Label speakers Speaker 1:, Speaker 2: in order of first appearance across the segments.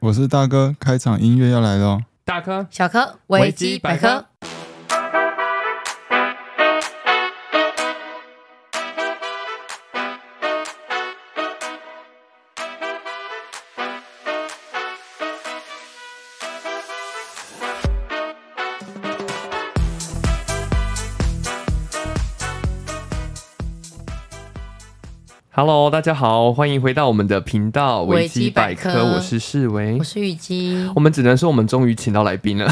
Speaker 1: 我是大哥，开场音乐要来喽！
Speaker 2: 大科
Speaker 3: 小柯
Speaker 2: 维
Speaker 3: 维
Speaker 2: 基
Speaker 3: 基
Speaker 2: 百
Speaker 3: 百
Speaker 2: 科
Speaker 3: 科，
Speaker 2: ，Hello，大家好，欢迎回到我们的频道
Speaker 3: 维
Speaker 2: 维基
Speaker 3: 基
Speaker 2: 百
Speaker 3: 百
Speaker 2: 科，
Speaker 3: 科
Speaker 2: 我是世维
Speaker 3: 嗯我。是玉姬
Speaker 2: 我。们只能说，我们终于请到来宾 了。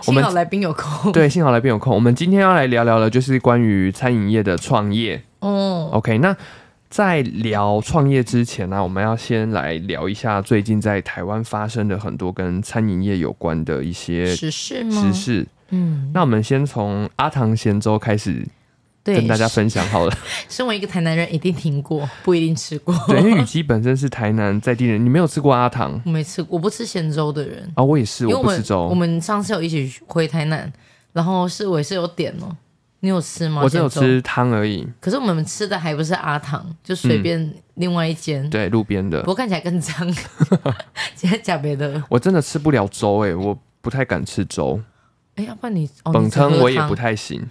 Speaker 2: 我
Speaker 3: 幸
Speaker 2: 们
Speaker 3: 好来宾有空。，
Speaker 2: 对，幸好来宾有空。我们今天要来聊聊的，就是关于餐饮业的创业。
Speaker 3: 哦，
Speaker 2: OK，那在聊创业之前啊呢、我们要先来聊一下最近在台湾发生的很多跟餐饮业有关的一些
Speaker 3: 时事吗？
Speaker 2: 时，事。
Speaker 3: 嗯，
Speaker 2: 那我们先从阿唐咸粥开始
Speaker 3: 对，
Speaker 2: 跟大家分享好 了。
Speaker 3: 身为一个台南人，一定听过，不一定吃过。
Speaker 2: 对，因为雨姬本身是台南在地人，你没有吃过阿唐
Speaker 3: 我没吃过，我不吃咸粥的人，
Speaker 2: 啊、我也是，
Speaker 3: 因为我
Speaker 2: 我不吃
Speaker 3: 们
Speaker 2: 粥，
Speaker 3: 我们上次有一起回台南，然后是我也是有点哦，你有吃吗？
Speaker 2: 我只有
Speaker 3: 咸粥
Speaker 2: 吃，汤而已。
Speaker 3: 可是我们吃的还不是阿唐，就随便另外一间，
Speaker 2: 嗯对，路边的
Speaker 3: 不，过看起 来更脏。今天讲别的，
Speaker 2: 我真的吃不了粥、欸，我不太敢吃粥，
Speaker 3: 哎，要不然你哦，
Speaker 2: 本
Speaker 3: 你只喝
Speaker 2: 汤我也
Speaker 3: 汤
Speaker 2: 不太行。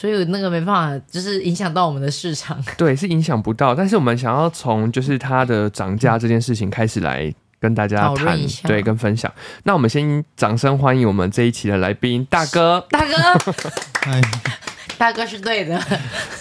Speaker 3: 所以那个没办法，就是影响到我们的市场。
Speaker 2: 对，是影响不到，但是我们想要从就是它的涨价这件事情开始来。跟大家
Speaker 3: 讨论
Speaker 2: 谈
Speaker 3: 一下
Speaker 2: 对，跟分享。那我们先掌声欢迎我们这一期的来宾大哥。
Speaker 3: 大哥，
Speaker 1: 嗨，
Speaker 3: 大哥是对的，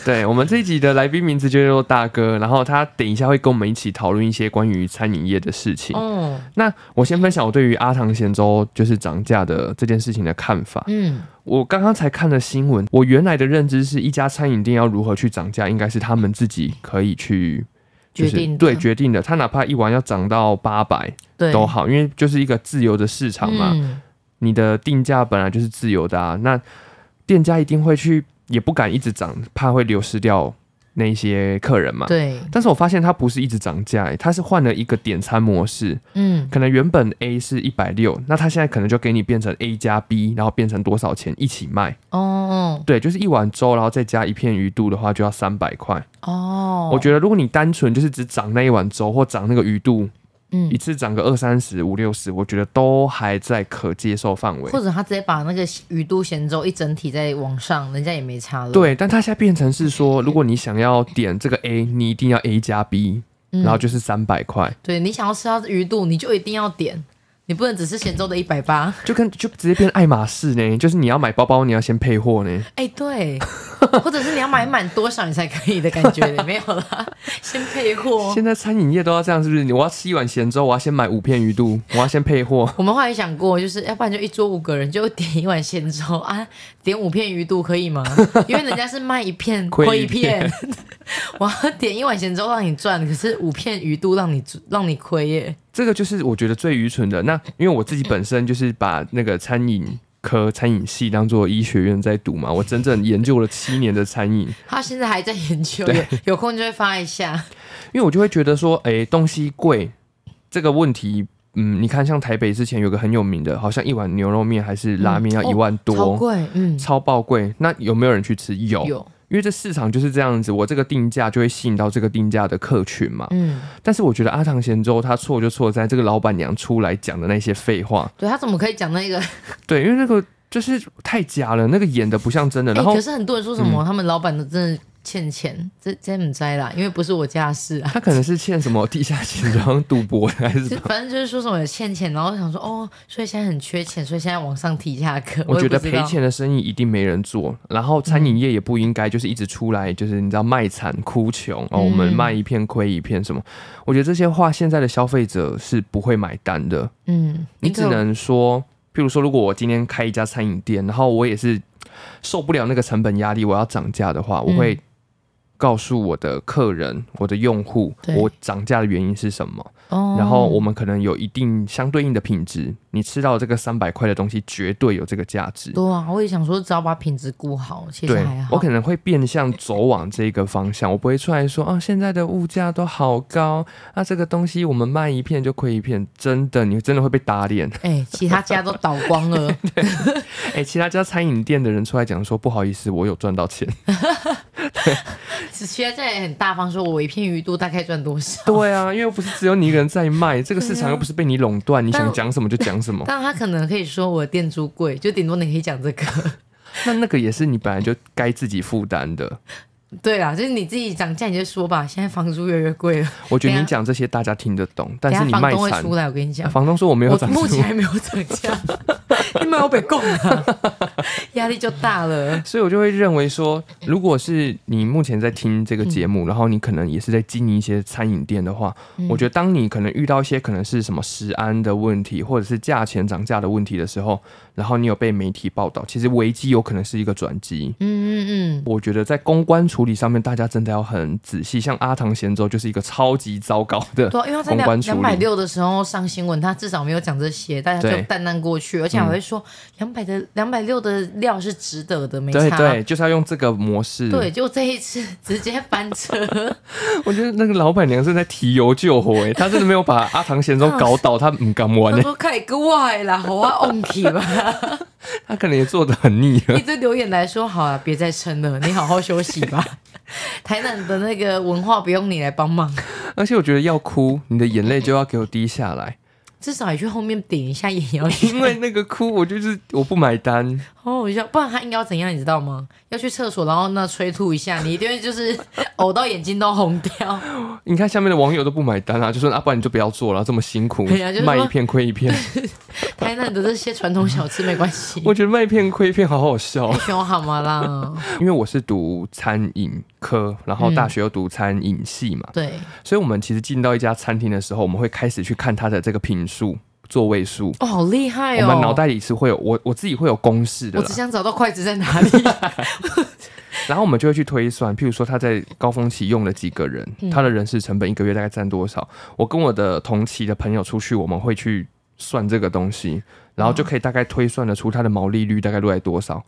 Speaker 2: 对我们这一集的来宾名字就叫做大哥，然后他等一下会跟我们一起讨论一些关于餐饮业的事情。
Speaker 3: 哦，
Speaker 2: 那我先分享我对于阿唐咸粥就是涨价的这件事情的看法。
Speaker 3: 嗯，
Speaker 2: 我刚刚才看了新闻，我原来的认知是一家餐饮店要如何去涨价，应该是他们自己可以去、就是、
Speaker 3: 决定的
Speaker 2: 对决定的。他哪怕一碗要涨到八百
Speaker 3: 对，
Speaker 2: 都好，因为就是一个自由的市场嘛，
Speaker 3: 嗯
Speaker 2: 你的定价本来就是自由的啊。那店家一定会去，也不敢一直涨，怕会流失掉那一些客人嘛。
Speaker 3: 对，
Speaker 2: 但是我发现它不是一直涨价、欸，它是换了一个点餐模式。
Speaker 3: 嗯，
Speaker 2: 可能原本 A 是一百六，那他现在可能就给你变成 A 加 B，然后变成多少钱一起卖？
Speaker 3: 哦
Speaker 2: 对，就是一碗粥，然后再加一片鱼肚的话，就要三百块。
Speaker 3: 哦，
Speaker 2: 我觉得如果你单纯就是只涨那一碗粥或涨那个鱼肚，
Speaker 3: 嗯
Speaker 2: 一，次涨个二三十、五六十，我觉得都还在可接受范围
Speaker 3: 或。者他直接把那个鱼肚咸粥一整体在往上，人家也没差了。，
Speaker 2: 对，但他现在变成是说，如果你想要点这个 A，你一定要 A 加 B，
Speaker 3: 嗯
Speaker 2: 然后就是三百块，
Speaker 3: 对你想要吃到鱼肚，你就一定要点，你不能只是咸粥的一百八。
Speaker 2: 就跟就直接变爱马仕呢，就是你要买包包，你要先配货呢。
Speaker 3: 哎， 对，或者是你要买满多少你才可以的感觉，没有啦，先配货。
Speaker 2: 现在餐饮业都要这样，是不是？你我要吃一碗咸粥，我要先买五片鱼肚，我要先配货。
Speaker 3: 我们后来想过，就是要不然就一桌五个人，就点一碗鲜粥啊，点五片鱼肚 可以吗？因为人家是卖一片
Speaker 2: 亏
Speaker 3: 亏
Speaker 2: 一
Speaker 3: 一片， 我要点一碗咸粥让你赚，可是五片鱼肚让你让你亏耶。
Speaker 2: 这个就是我觉得最愚蠢的。那因为我自己本身就是把那个餐饮科、餐饮系当做医学院在读嘛，我整整研究了七年的餐饮，
Speaker 3: 他现在还在研究，有有空就会发一下。
Speaker 2: 因为我就会觉得说，哎，东西贵这个问题。嗯，你看，像台北之前有个很有名的，好像一碗牛肉面还是拉面要一万多，
Speaker 3: 嗯哦超贵，嗯，
Speaker 2: 超爆贵。那有没有人去吃？哦有，
Speaker 3: 有，
Speaker 2: 因为这市场就是这样子，我这个定价就会吸引到这个定价的客群嘛。
Speaker 3: 嗯，
Speaker 2: 但是我觉得阿唐咸粥他错就错在这个老板娘出来讲的那些废话，
Speaker 3: 对他怎么可以讲那个？
Speaker 2: 对，因为那个就是太假了，那个演的不像真的。
Speaker 3: 哎、
Speaker 2: 然后嗯
Speaker 3: 可是很多人说什么、他们老板的真的欠钱，这这很栽啦，因为不是我家的事啊。
Speaker 2: 他可能是欠什么地下钱 庄赌博的还是什
Speaker 3: 就
Speaker 2: 么？
Speaker 3: 反正就是说什么欠钱，然后想说哦，所以现在很缺钱，所以现在往上提价格。
Speaker 2: 我
Speaker 3: 也
Speaker 2: 觉得
Speaker 3: 不知
Speaker 2: 赔
Speaker 3: 道嗯
Speaker 2: 钱的生意一定没人做，然后餐饮业也不应该就是一直出来就是你知道卖惨哭穷哦，我们
Speaker 3: 嗯
Speaker 2: 卖一片亏一片什么？我觉得这些话现在的消费者是不会买单的。
Speaker 3: 嗯，
Speaker 2: 你
Speaker 3: 一
Speaker 2: 只
Speaker 3: 个
Speaker 2: 能说，譬如说，如果我今天开一家餐饮店，然后我也是受不了那个成本压力，我要涨价的
Speaker 3: 嗯
Speaker 2: 话，我会告诉我的客人、我的用户，
Speaker 3: 对
Speaker 2: 我涨价的原因是什么。
Speaker 3: 哦，
Speaker 2: 然后我们可能有一定相对应的品质，你吃到这个三百块的东西，绝对有这个价值。
Speaker 3: 对啊，我也想说，只要把品质顾好，其实
Speaker 2: 对
Speaker 3: 还，好。
Speaker 2: 我可能会变相走往这个方向，我不会出来说啊，现在的物价都好高，啊，这个东西我们卖一片就亏一片，真的，你真的会被打脸。
Speaker 3: 哎、其他家都倒光了，
Speaker 2: 哎、其他家餐饮店的人出来讲说，不好意思，我有赚到钱，
Speaker 3: 只需要在很大方说，我一片鱼肚大概赚 多少？
Speaker 2: 对啊，因为又不是只有你一个人在 卖，这个市场又不是被你垄断，你想讲什么就讲什么。
Speaker 3: 啊但他可能可以说我的店租贵，就顶多你可以讲这个。
Speaker 2: 那那个也是你本来就该自己负担的。
Speaker 3: 对啦，就是你自己涨价你就说吧，现在房租越来越贵了，
Speaker 2: 我觉得
Speaker 3: 等
Speaker 2: 你
Speaker 3: 下
Speaker 2: 讲这些大家听得懂，
Speaker 3: 等
Speaker 2: 但
Speaker 3: 下
Speaker 2: 是你
Speaker 3: 房
Speaker 2: 卖
Speaker 3: 东会
Speaker 2: 惨，啊
Speaker 3: 出来，我跟你讲。
Speaker 2: 房东说我没有
Speaker 3: 我
Speaker 2: 涨
Speaker 3: 目
Speaker 2: 出
Speaker 3: 前，还没有涨价， 你没有被供啊， 压力就大了。
Speaker 2: 所以我就会认为说，如果是你目前在听这个节目，
Speaker 3: 嗯
Speaker 2: 然后你可能也是在经营一些餐饮店的话，我觉得当你可能遇到一些可能是什么食安的问题，或者是价钱涨价的问题的时候，然后你有被媒体报道，其实危机有可能是一个转机。
Speaker 3: 嗯嗯
Speaker 2: 我觉得在公关处理上面，大家真的要很仔细。像阿唐贤周就是一个超级糟糕的
Speaker 3: 嗯，对啊、因为他在
Speaker 2: 公
Speaker 3: 两
Speaker 2: 关处
Speaker 3: 两百
Speaker 2: 理，
Speaker 3: 六的时候上新闻，他至少没有讲这些，大家就
Speaker 2: 对
Speaker 3: 淡淡过去，而且还会说两百的两百六的料是值得的，没
Speaker 2: 对
Speaker 3: 差。
Speaker 2: 对，就是要用这个模式。
Speaker 3: 对，就这一次直接翻车，
Speaker 2: 我觉得那个老板娘是在提油救火、欸，她真的没有把阿唐贤
Speaker 3: 啊
Speaker 2: 宗搞倒，她唔敢玩、
Speaker 3: 他
Speaker 2: 欸，
Speaker 3: 说开个外啦，好啊，on 吧。
Speaker 2: 她可能也做的很腻了
Speaker 3: 一。堆留言来说，好啊，别再撑了，你好好休息吧。台南的那个文化不用你来帮忙，
Speaker 2: 而且我觉得要哭，你的眼泪就要给我滴下来，
Speaker 3: 至少也去后面顶一下眼要
Speaker 2: 因为那个哭，我就是我不买单。
Speaker 3: 好好笑，不然他哦应该要怎样，你知道吗？要去厕所，然后那催吐一下，你一定会就是 呕到眼睛都红掉。
Speaker 2: 你看下面的网友都不买单啊，就说啊，不然你就不要做了，这么辛苦
Speaker 3: 对啊就是，说
Speaker 2: 卖一片亏一 片。
Speaker 3: 台南的这些传统小吃没关系，
Speaker 2: 我觉得卖一片亏一片好好笑。
Speaker 3: 熊好吗啦？
Speaker 2: 因为我是读餐饮科，然后大学又读餐饮系嘛，
Speaker 3: 对，
Speaker 2: 所以我们其实进到一家餐厅的时候，我们会开始去看它的这个品数、座位数。
Speaker 3: 哦，好厉害
Speaker 2: 我
Speaker 3: 哦！
Speaker 2: 们脑，袋里是会有我我自己会有公式的
Speaker 3: 我
Speaker 2: 啦
Speaker 3: 只，想找到筷子在哪 里。
Speaker 2: 然后我们就会去推算，譬如说他在高峰期用了几个人，
Speaker 3: 嗯
Speaker 2: 他的人事成本一个月大概占多少。我跟我的同期的朋友出去，我们会去算这个东西，然后
Speaker 3: 哦
Speaker 2: 就可以大概推算得出它的毛利率大概落在多少。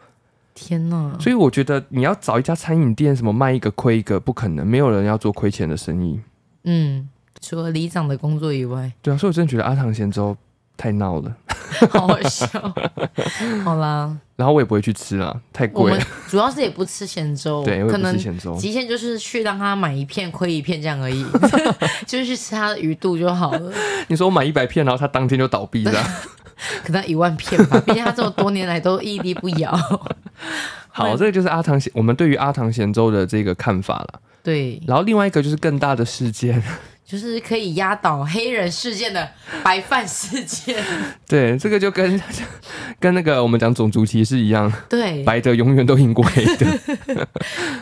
Speaker 3: 天哪！
Speaker 2: 所以我觉得你要找一家餐饮店，什么卖一个亏一个，不可能，没有人要做亏钱的生意。
Speaker 3: 嗯，除了里长的工作 以外，
Speaker 2: 对啊，所以我真的觉得阿唐咸粥太闹了，
Speaker 3: 好好笑。好啦，
Speaker 2: 然后我也不会去吃啦，太
Speaker 3: 我
Speaker 2: 贵
Speaker 3: 们
Speaker 2: 了。
Speaker 3: 主要是也不吃咸粥，
Speaker 2: 对，我也
Speaker 3: 可
Speaker 2: 不
Speaker 3: 能
Speaker 2: 吃咸粥。
Speaker 3: 极限就是去让他买一片亏一片这样 而已， 就是去吃他的鱼肚就好了，
Speaker 2: 你说我买一百片，然后他当天就倒闭了。
Speaker 3: 可能一万片 吧，毕竟他这么多年来都屹立不摇。
Speaker 2: 好，这个就是阿唐咸，我们对于阿唐咸粥的这个看法了。
Speaker 3: 对，
Speaker 2: 然后另外一个就是更大的事件，
Speaker 3: 就是可以压倒黑人事件的白饭事件，
Speaker 2: 对，这个就跟 跟那个我们讲种族歧视一样，
Speaker 3: 对，
Speaker 2: 白的永远都赢过黑 的。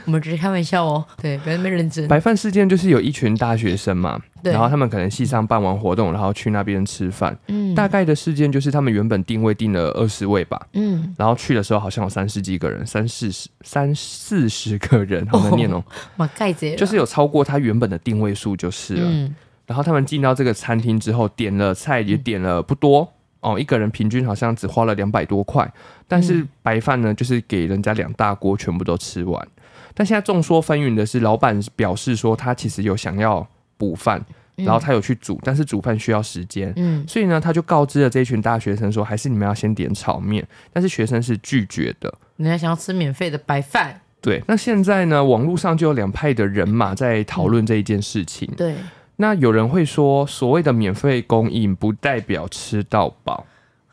Speaker 3: 我们只是开玩笑哦，对，不要那么认真。
Speaker 2: 白饭事件就是有一群大学生嘛，
Speaker 3: 对
Speaker 2: 然后他们可能系上办完活动，然后去那边吃饭。
Speaker 3: 嗯
Speaker 2: 大概的事件就是他们原本定位定了二十位吧，
Speaker 3: 嗯，
Speaker 2: 然后去的时候好像有三十几个人，三四十三四十个人，好难念哦，
Speaker 3: 马盖子也
Speaker 2: 就是啊有超过他原本的定位数就是了。
Speaker 3: 嗯，
Speaker 2: 然后他们进到这个餐厅之后，点了菜也点了不多哦，一个人平均好像只花了两百多块，但是白饭呢，就是给人家两大锅全部都吃完。但现在众说纷纭的是，老板表示说他其实有想要补饭，然后他有去煮，但是煮饭需要时间。
Speaker 3: 嗯
Speaker 2: 所以呢，他就告知了这一群大学生说，还是你们要先点炒面，但是学生是拒绝的。
Speaker 3: 人家想要吃免费的白饭，
Speaker 2: 对，那现在呢，网络上就有两派的人马在讨论这一件事情。
Speaker 3: 对，
Speaker 2: 那有人会说，所谓的免费供应不代表吃到饱。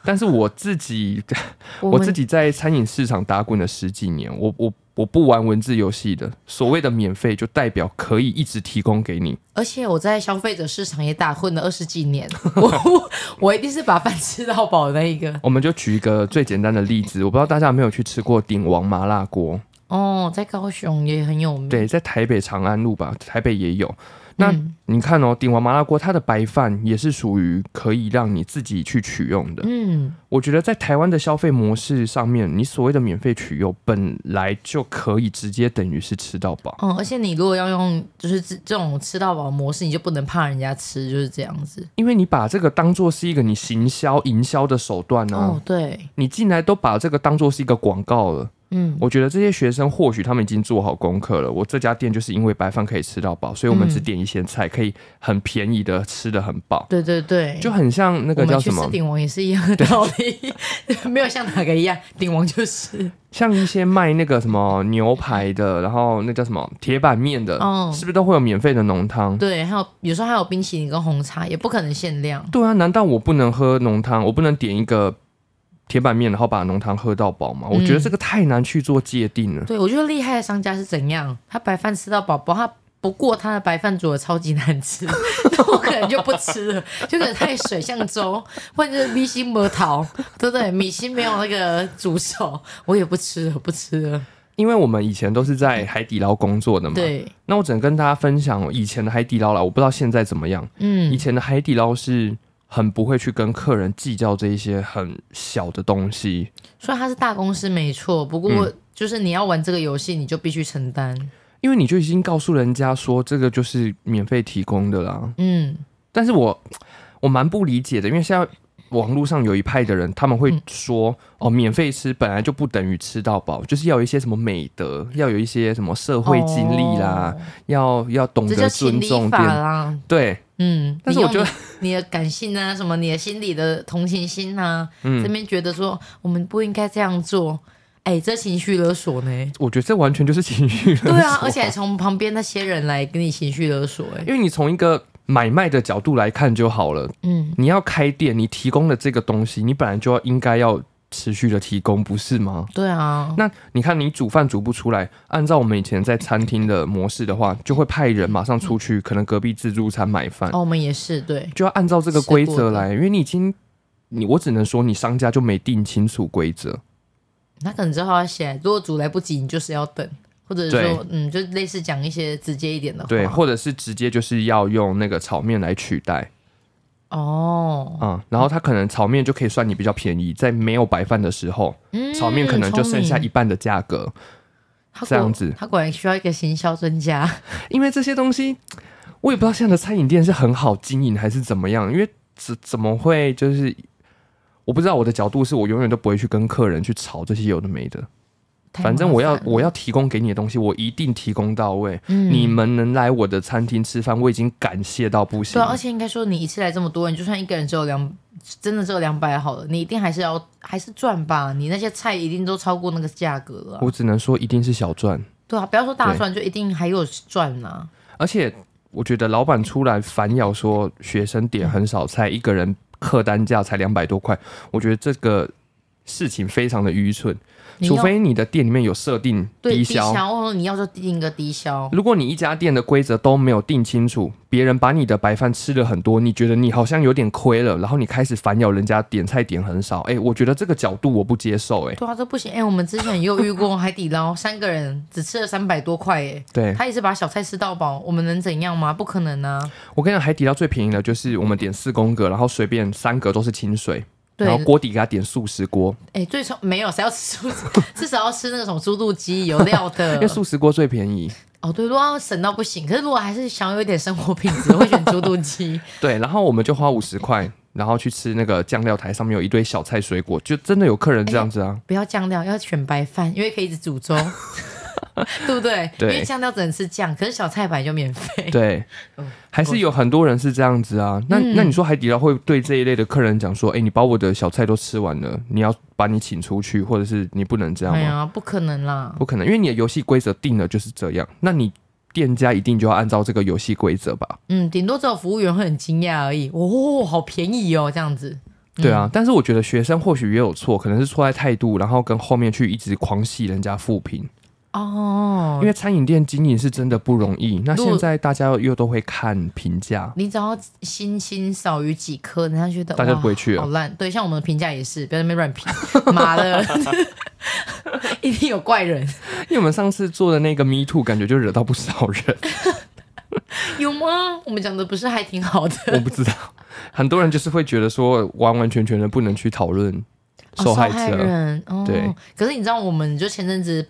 Speaker 2: 但是我自己，
Speaker 3: 我
Speaker 2: 我
Speaker 3: 们
Speaker 2: 自己在餐饮市场打滚了十几年，我我我不玩文字游戏的。所谓的免费，就代表可以一直提供给你。
Speaker 3: 而且我在消费者市场也打混了二十几年， 我我一定是把饭吃到饱的那一个。
Speaker 2: 我们就举一个最简单的例子，我不知道大家有没有去吃过鼎王麻辣锅？
Speaker 3: 哦，在高雄也很有名。
Speaker 2: 对，在台北长安路吧，台北也有。那
Speaker 3: 嗯
Speaker 2: 你看哦，鼎王麻辣锅它的白饭也是属于可以让你自己去取用的。
Speaker 3: 嗯，
Speaker 2: 我觉得在台湾的消费模式上面，你所谓的免费取用本来就可以直接等于是吃到饱。
Speaker 3: 哦，而且你如果要用就是这这种吃到饱模式，你就不能怕人家吃，就是这样子。
Speaker 2: 因为你把这个当做是一个你行销、营销的手段呢、
Speaker 3: 哦，对，
Speaker 2: 你进来都把这个当做是一个广告了，
Speaker 3: 嗯，
Speaker 2: 我觉得这些学生或许他们已经做好功课了。我这家店就是因为白饭可以吃到饱，所以我
Speaker 3: 嗯
Speaker 2: 们只点一些菜，可以很便宜的吃的很饱，
Speaker 3: 对对对，
Speaker 2: 就很像那
Speaker 3: 我
Speaker 2: 个
Speaker 3: 们
Speaker 2: 叫
Speaker 3: 去
Speaker 2: 什
Speaker 3: 吃
Speaker 2: 么，
Speaker 3: 鼎王也是一样的道理， 没有像哪个一样，鼎王就是
Speaker 2: 像一些卖那个什么牛排的，然后那叫什么铁板面的，
Speaker 3: 哦
Speaker 2: 是不是都会有免费的浓汤？
Speaker 3: 对，还有有时候还有冰淇淋跟红茶，也不可能限量。
Speaker 2: 对啊，难道我不能喝浓汤？我不能点一个铁板面，然后把浓汤喝到饱
Speaker 3: 嗯
Speaker 2: 吗？我觉得这个太难去做界定了。
Speaker 3: 对，我觉得厉害的商家是怎样，他白饭吃到饱饱，他不过他的白饭煮的超级难吃， 那我可能就不吃了，就可能太水像粥，不然就是米心没桃，对不对？米心没有那个煮熟，我也不吃了，不吃了。
Speaker 2: 因为我们以前都是在海底捞工作的嘛，
Speaker 3: 对，
Speaker 2: 那我只能跟大家分享哦以前的海底捞啦，我不知道现在怎么样。以
Speaker 3: 嗯，
Speaker 2: 前的海底捞是很不会去跟客人计较这一些很小的东西，
Speaker 3: 虽然他是大公司没错，不过
Speaker 2: 嗯
Speaker 3: 就是你要玩这个游戏，你就必须承担。
Speaker 2: 因为你就已经告诉人家说这个就是免费提供的啦。
Speaker 3: 嗯，
Speaker 2: 但是我我蛮不理解的，因为现在网络上有一派的人，他们
Speaker 3: 嗯
Speaker 2: 会说、哦，免费吃本来就不等于吃到饱，就是要有一些什么美德，要有一些什么社会经历啦，要要懂
Speaker 3: 哦这叫
Speaker 2: 得尊
Speaker 3: 情理
Speaker 2: 重
Speaker 3: 法
Speaker 2: 店，
Speaker 3: 啦。
Speaker 2: 对。
Speaker 3: 嗯，
Speaker 2: 但是
Speaker 3: 你
Speaker 2: 我觉
Speaker 3: 用
Speaker 2: 得
Speaker 3: 你你的感性啊，什么你的心里的同情心啊，
Speaker 2: 嗯
Speaker 3: 这边觉得说我们不应该这样做，哎，这情绪勒索呢
Speaker 2: ？我觉得这完全就是情绪勒索。
Speaker 3: 对啊，而且还从旁边那些人来跟你情绪勒索、哎，
Speaker 2: 因为你从一个买卖的角度来看就好了。
Speaker 3: 嗯，
Speaker 2: 你要开店，你提供的这个东西，你本来就要应该要持续的提供，不是吗？
Speaker 3: 对啊，
Speaker 2: 那你看，你煮饭煮不出来，按照我们以前在餐厅的模式的话，就会派人马上出去，可能隔壁自助餐买饭，
Speaker 3: 哦，我们也是对，
Speaker 2: 就要按照这个
Speaker 3: 吃
Speaker 2: 规
Speaker 3: 过
Speaker 2: 则
Speaker 3: 的
Speaker 2: 来，因为你已经，你我只能说你商家就没定清楚规则，
Speaker 3: 他可能之后要写，如果组来不及，你就是要等，或者
Speaker 2: 对
Speaker 3: 说，嗯，就类似讲一些直接一点的话，
Speaker 2: 对，或者是直接就是要用那个炒面来取代
Speaker 3: 哦，
Speaker 2: 啊、然后他可能炒面就可以算你比较便宜，在没有白饭的时候，
Speaker 3: 嗯，
Speaker 2: 炒面可能就剩下一
Speaker 3: 聪明
Speaker 2: 半的价格，
Speaker 3: 他
Speaker 2: 这样
Speaker 3: 果
Speaker 2: 子
Speaker 3: 他果然需要一个行销专家，
Speaker 2: 因为这些东西，我也不知道现在的餐饮店是很好经营还是怎么样，因为怎怎么会就是我不知道我的角度是我永远都不会去跟客人去吵这些有的没的，
Speaker 3: 太
Speaker 2: 反正我要
Speaker 3: 麻烦了
Speaker 2: 我要提供给你的东西，我一定提供到位。
Speaker 3: 嗯
Speaker 2: 你们能来我的餐厅吃饭，我已经感谢到不行
Speaker 3: 对、啊，。而且应该说你一次来这么多，你就算一个人只有两，真的只有两百好了，你一定还是要还是赚吧。你那些菜一定都超过那个价格了啊、
Speaker 2: 我只能说一定是小赚，
Speaker 3: 对啊，不要说大赚，就一定还有赚呐、啊。
Speaker 2: 而且我觉得老板出来反咬说学生
Speaker 3: 嗯
Speaker 2: 点很少菜，一个人客单价才两百多块，我觉得这个事情非常的愚蠢。
Speaker 3: 你
Speaker 2: 除
Speaker 3: 要
Speaker 2: 非你的店里面有设定
Speaker 3: 对
Speaker 2: 低
Speaker 3: 低
Speaker 2: 消，
Speaker 3: 或者你要就定一个低消，
Speaker 2: 如果你一家店的规则都没有定清楚，别人把你的白饭吃了很多，你觉得你好像有点亏了，然后你开始反咬人家点菜点很少，哎、我觉得这个角度我不接受、哎，
Speaker 3: 对啊，这不行。哎、我们之前也有遇过海底捞， 三个人只吃了三百多块，哎，
Speaker 2: 对
Speaker 3: 他也是把小菜吃到饱，我们能怎样吗？不可能啊。
Speaker 2: 我跟你讲，海底捞最便宜的就是我们点四宫格，然后随便三格都是清水，
Speaker 3: 对
Speaker 2: 然后锅底给他点素食锅，
Speaker 3: 哎、最少没有谁要吃 猪，至少要吃那个什么猪肚鸡，有料 的。
Speaker 2: 因为素食锅最便宜。
Speaker 3: 哦，对，如果要省到不行，可是如果还是想有一点生活品质，我会选猪肚鸡。
Speaker 2: 对，然后我们就花五十块，然后去吃那个酱料台，上面有一堆小菜水果，就真的有客人这样子啊。
Speaker 3: 不要酱料，要选白饭，因为可以一直煮粥， 对不对？
Speaker 2: 对
Speaker 3: 因为酱料只能吃酱，可是小菜本来就免费。
Speaker 2: 对
Speaker 3: 嗯，
Speaker 2: 还是有很多人是这样子啊。那那你说海底捞会对这一类的客人讲说，哎、你把我的小菜都吃完了，你要把你请出去，或者是你不能这样
Speaker 3: 哎
Speaker 2: 吗？
Speaker 3: 呀，不可能啦！
Speaker 2: 不可能，因为你的游戏规则定了就是这样，那你店家一定就要按照这个游戏规则吧？
Speaker 3: 嗯，顶多只有服务员会很惊讶而已。哦，好便宜哦，这样子。
Speaker 2: 对啊，但是我觉得学生或许也有错，可能是错在态度，然后跟后面去一直狂洗人家负评，
Speaker 3: 哦
Speaker 2: 因，为餐饮店经营是真的不容易。那
Speaker 3: 如果
Speaker 2: 现在大家又都会看评价，
Speaker 3: 你只要星星少于几颗，人家觉得
Speaker 2: 大家
Speaker 3: 哇
Speaker 2: 不会去了啊
Speaker 3: 好烂。对，像我们的评价也是，不要在那边乱评，妈的，一定有怪人。
Speaker 2: 因为我们上次做的那个 Me Too，感觉就惹到不少人。
Speaker 3: 有吗？我们讲的不是还挺好的？
Speaker 2: 我不知道， 很多人就是会觉得说，完完全全的不能去讨论
Speaker 3: 哦
Speaker 2: 受害
Speaker 3: 害
Speaker 2: 者。
Speaker 3: 人，哦、
Speaker 2: 对。
Speaker 3: 可是你知道，我们就前阵子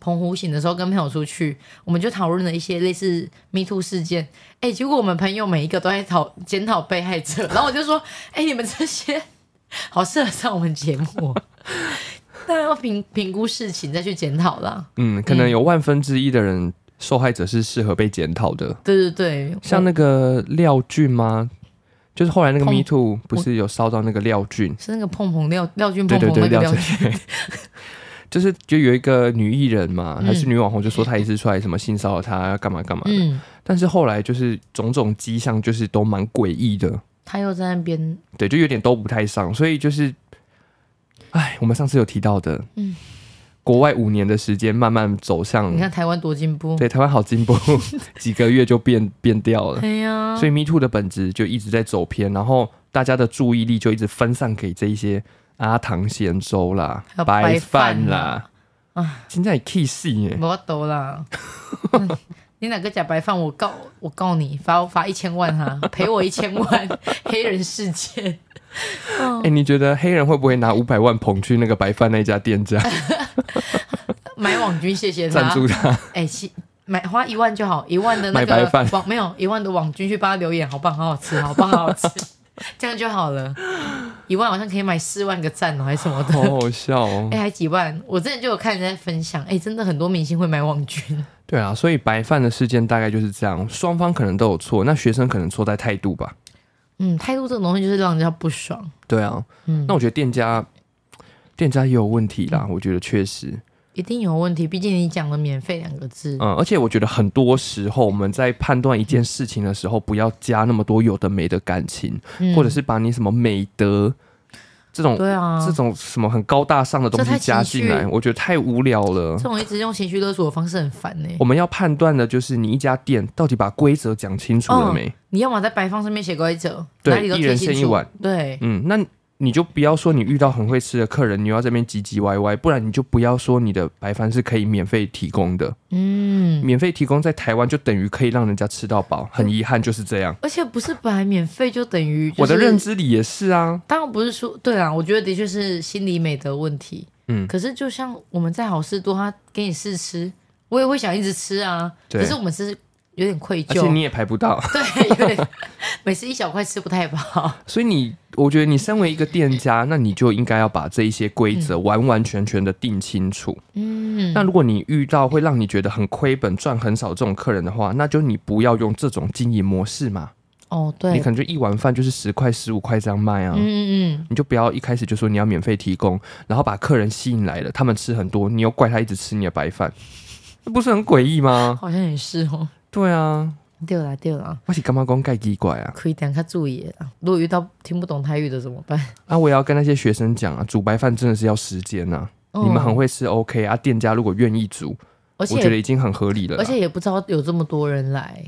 Speaker 3: 澎湖行的时候，跟朋友出去，我们就讨论了一些类似 Me Too 事件。哎、结果我们朋友每一个都在讨检讨被 害者，然后我就说：“哎、你们这些好适合上我们节目哦。” 当然要评评估事情再去检讨啦。
Speaker 2: 嗯，可能有万分之一的人受害者是适合被检讨的，
Speaker 3: 对对对，
Speaker 2: 像那个廖俊吗？就是后来那个
Speaker 3: 碰
Speaker 2: Me Too 不是有烧到那个廖俊？
Speaker 3: 是那个碰碰廖廖俊
Speaker 2: 对
Speaker 3: 碰
Speaker 2: 对
Speaker 3: 碰
Speaker 2: 对，
Speaker 3: 那个
Speaker 2: 廖
Speaker 3: 廖
Speaker 2: 俊
Speaker 3: 俊，。
Speaker 2: 就是就有一个女艺人嘛，
Speaker 3: 嗯
Speaker 2: 还是女网红，就说她一直出来什么性骚扰她，干嘛干嘛的。
Speaker 3: 嗯，
Speaker 2: 但是后来就是种种迹象，就是都蛮诡异的，
Speaker 3: 他又在那边，
Speaker 2: 对，就有点都不太上，所以就是，哎，我们上次有提到的，嗯
Speaker 3: 嗯，
Speaker 2: 国外五年的时间慢慢走向
Speaker 3: 你，看台湾多进步，
Speaker 2: 对，台湾好进步， 几个月就变变掉了，
Speaker 3: 哎呀，
Speaker 2: 所以 Me Too 的本质就一直在走偏，然后大家的注意力就一直分散给这一些阿唐咸粥啦
Speaker 3: 还、有
Speaker 2: 白
Speaker 3: 白
Speaker 2: 饭
Speaker 3: 饭
Speaker 2: 啦
Speaker 3: 啦，
Speaker 2: 啊，现在 K 戏耶，
Speaker 3: 我抖啦。 嗯你哪个假白饭？我告我告你，罚我罚一千 万哈，赔我一千万， 黑人事件。
Speaker 2: 哎、你觉得黑人会不会拿五百万捧去那个白饭那家店 家
Speaker 3: 买网军谢谢
Speaker 2: 赞
Speaker 3: 他
Speaker 2: 助。他？
Speaker 3: 哎、其买花一万就好，一万的那
Speaker 2: 买白
Speaker 3: 个
Speaker 2: 饭
Speaker 3: 网没有一万的网军去帮他留言，好棒，好好吃，好棒，好好 吃，这样就好了。一万好像可以买四万个赞哦，还是什么的。
Speaker 2: 好好笑哦
Speaker 3: 哎、。还几万？我之前就有看人在分享，哎、真的很多明星会买网军，
Speaker 2: 对啊，所以白饭的事件大概就是这样，双方可能都有错，那学生可能错在态度吧。
Speaker 3: 嗯，态度这种东西就是让人家不爽，
Speaker 2: 对啊，
Speaker 3: 嗯
Speaker 2: 那我觉得店家店家也有问题啦，我觉得确实，
Speaker 3: 一定有问题。毕竟你讲了“免费”两个字，
Speaker 2: 嗯，而且我觉得很多时候我们在判断一件事情的时候，不要加那么多有的没的感情，
Speaker 3: 嗯
Speaker 2: 或者是把你什么美德这种。
Speaker 3: 对啊，
Speaker 2: 这种什么很高大上的东
Speaker 3: 这
Speaker 2: 西
Speaker 3: 太情
Speaker 2: 加进来，
Speaker 3: 绪
Speaker 2: 我觉得太无聊了
Speaker 3: 这。种一直用情绪勒索的方式很烦呢、
Speaker 2: 我们要判断的就是你一家店到底把规则讲清楚了没？
Speaker 3: 你要么在白方上面写规则，
Speaker 2: 对
Speaker 3: 哪里都
Speaker 2: 一人
Speaker 3: 贴清
Speaker 2: 限一
Speaker 3: 楚
Speaker 2: 碗，
Speaker 3: 对，
Speaker 2: 嗯，那你就不要说你遇到很会吃的客人，你又要这边唧唧歪歪，不然你就不要说你的白饭是可以免费提供的。
Speaker 3: 嗯，
Speaker 2: 免费提供在台湾就等于可以让人家吃到饱，很遗憾就是这样。
Speaker 3: 而且不是本来免费就等于、就是、
Speaker 2: 我的认，知里也是啊，
Speaker 3: 当然不是说对啊，我觉得的确是心理美德问题。
Speaker 2: 嗯
Speaker 3: 可是就像我们在好事多，他给你试吃，我也会想一直吃啊。
Speaker 2: 对
Speaker 3: 可是我们是有点愧
Speaker 2: 而且
Speaker 3: 疚，
Speaker 2: 你也排不到，
Speaker 3: 对，有点每次一小块吃不太饱。
Speaker 2: 所以你，我觉得你身为一个店家，那你就应该要把这一些规则完完全全的定清楚。
Speaker 3: 嗯，
Speaker 2: 那如果你遇到会让你觉得很亏本、赚很少这种客人的话，那就你不要用这种经营模式嘛。
Speaker 3: 哦，
Speaker 2: 你
Speaker 3: 对，
Speaker 2: 可能就一碗饭就是十块、十五块这样卖啊。
Speaker 3: 嗯嗯
Speaker 2: 你就不要一开始就说你要免费提供，然后把客人吸引来了，他们吃很多，你又怪他一直吃你的白饭，那不是很诡异
Speaker 3: 嗯，
Speaker 2: 吗？
Speaker 3: 好像也是哦。
Speaker 2: 对啊，
Speaker 3: 对啦对啦，
Speaker 2: 我是干嘛光盖奇怪啊？
Speaker 3: 可以等下注意的啦。如果遇到听不懂台语的怎么办？
Speaker 2: 啊，我也要跟那些学生讲啊，煮白饭真的是要时间呐、
Speaker 3: 嗯
Speaker 2: 你们很会吃 OK 啊，店家如果愿意煮，
Speaker 3: 而
Speaker 2: 我觉得
Speaker 3: 且
Speaker 2: 已经很合理了啦。
Speaker 3: 而且也不知道有这么多人来，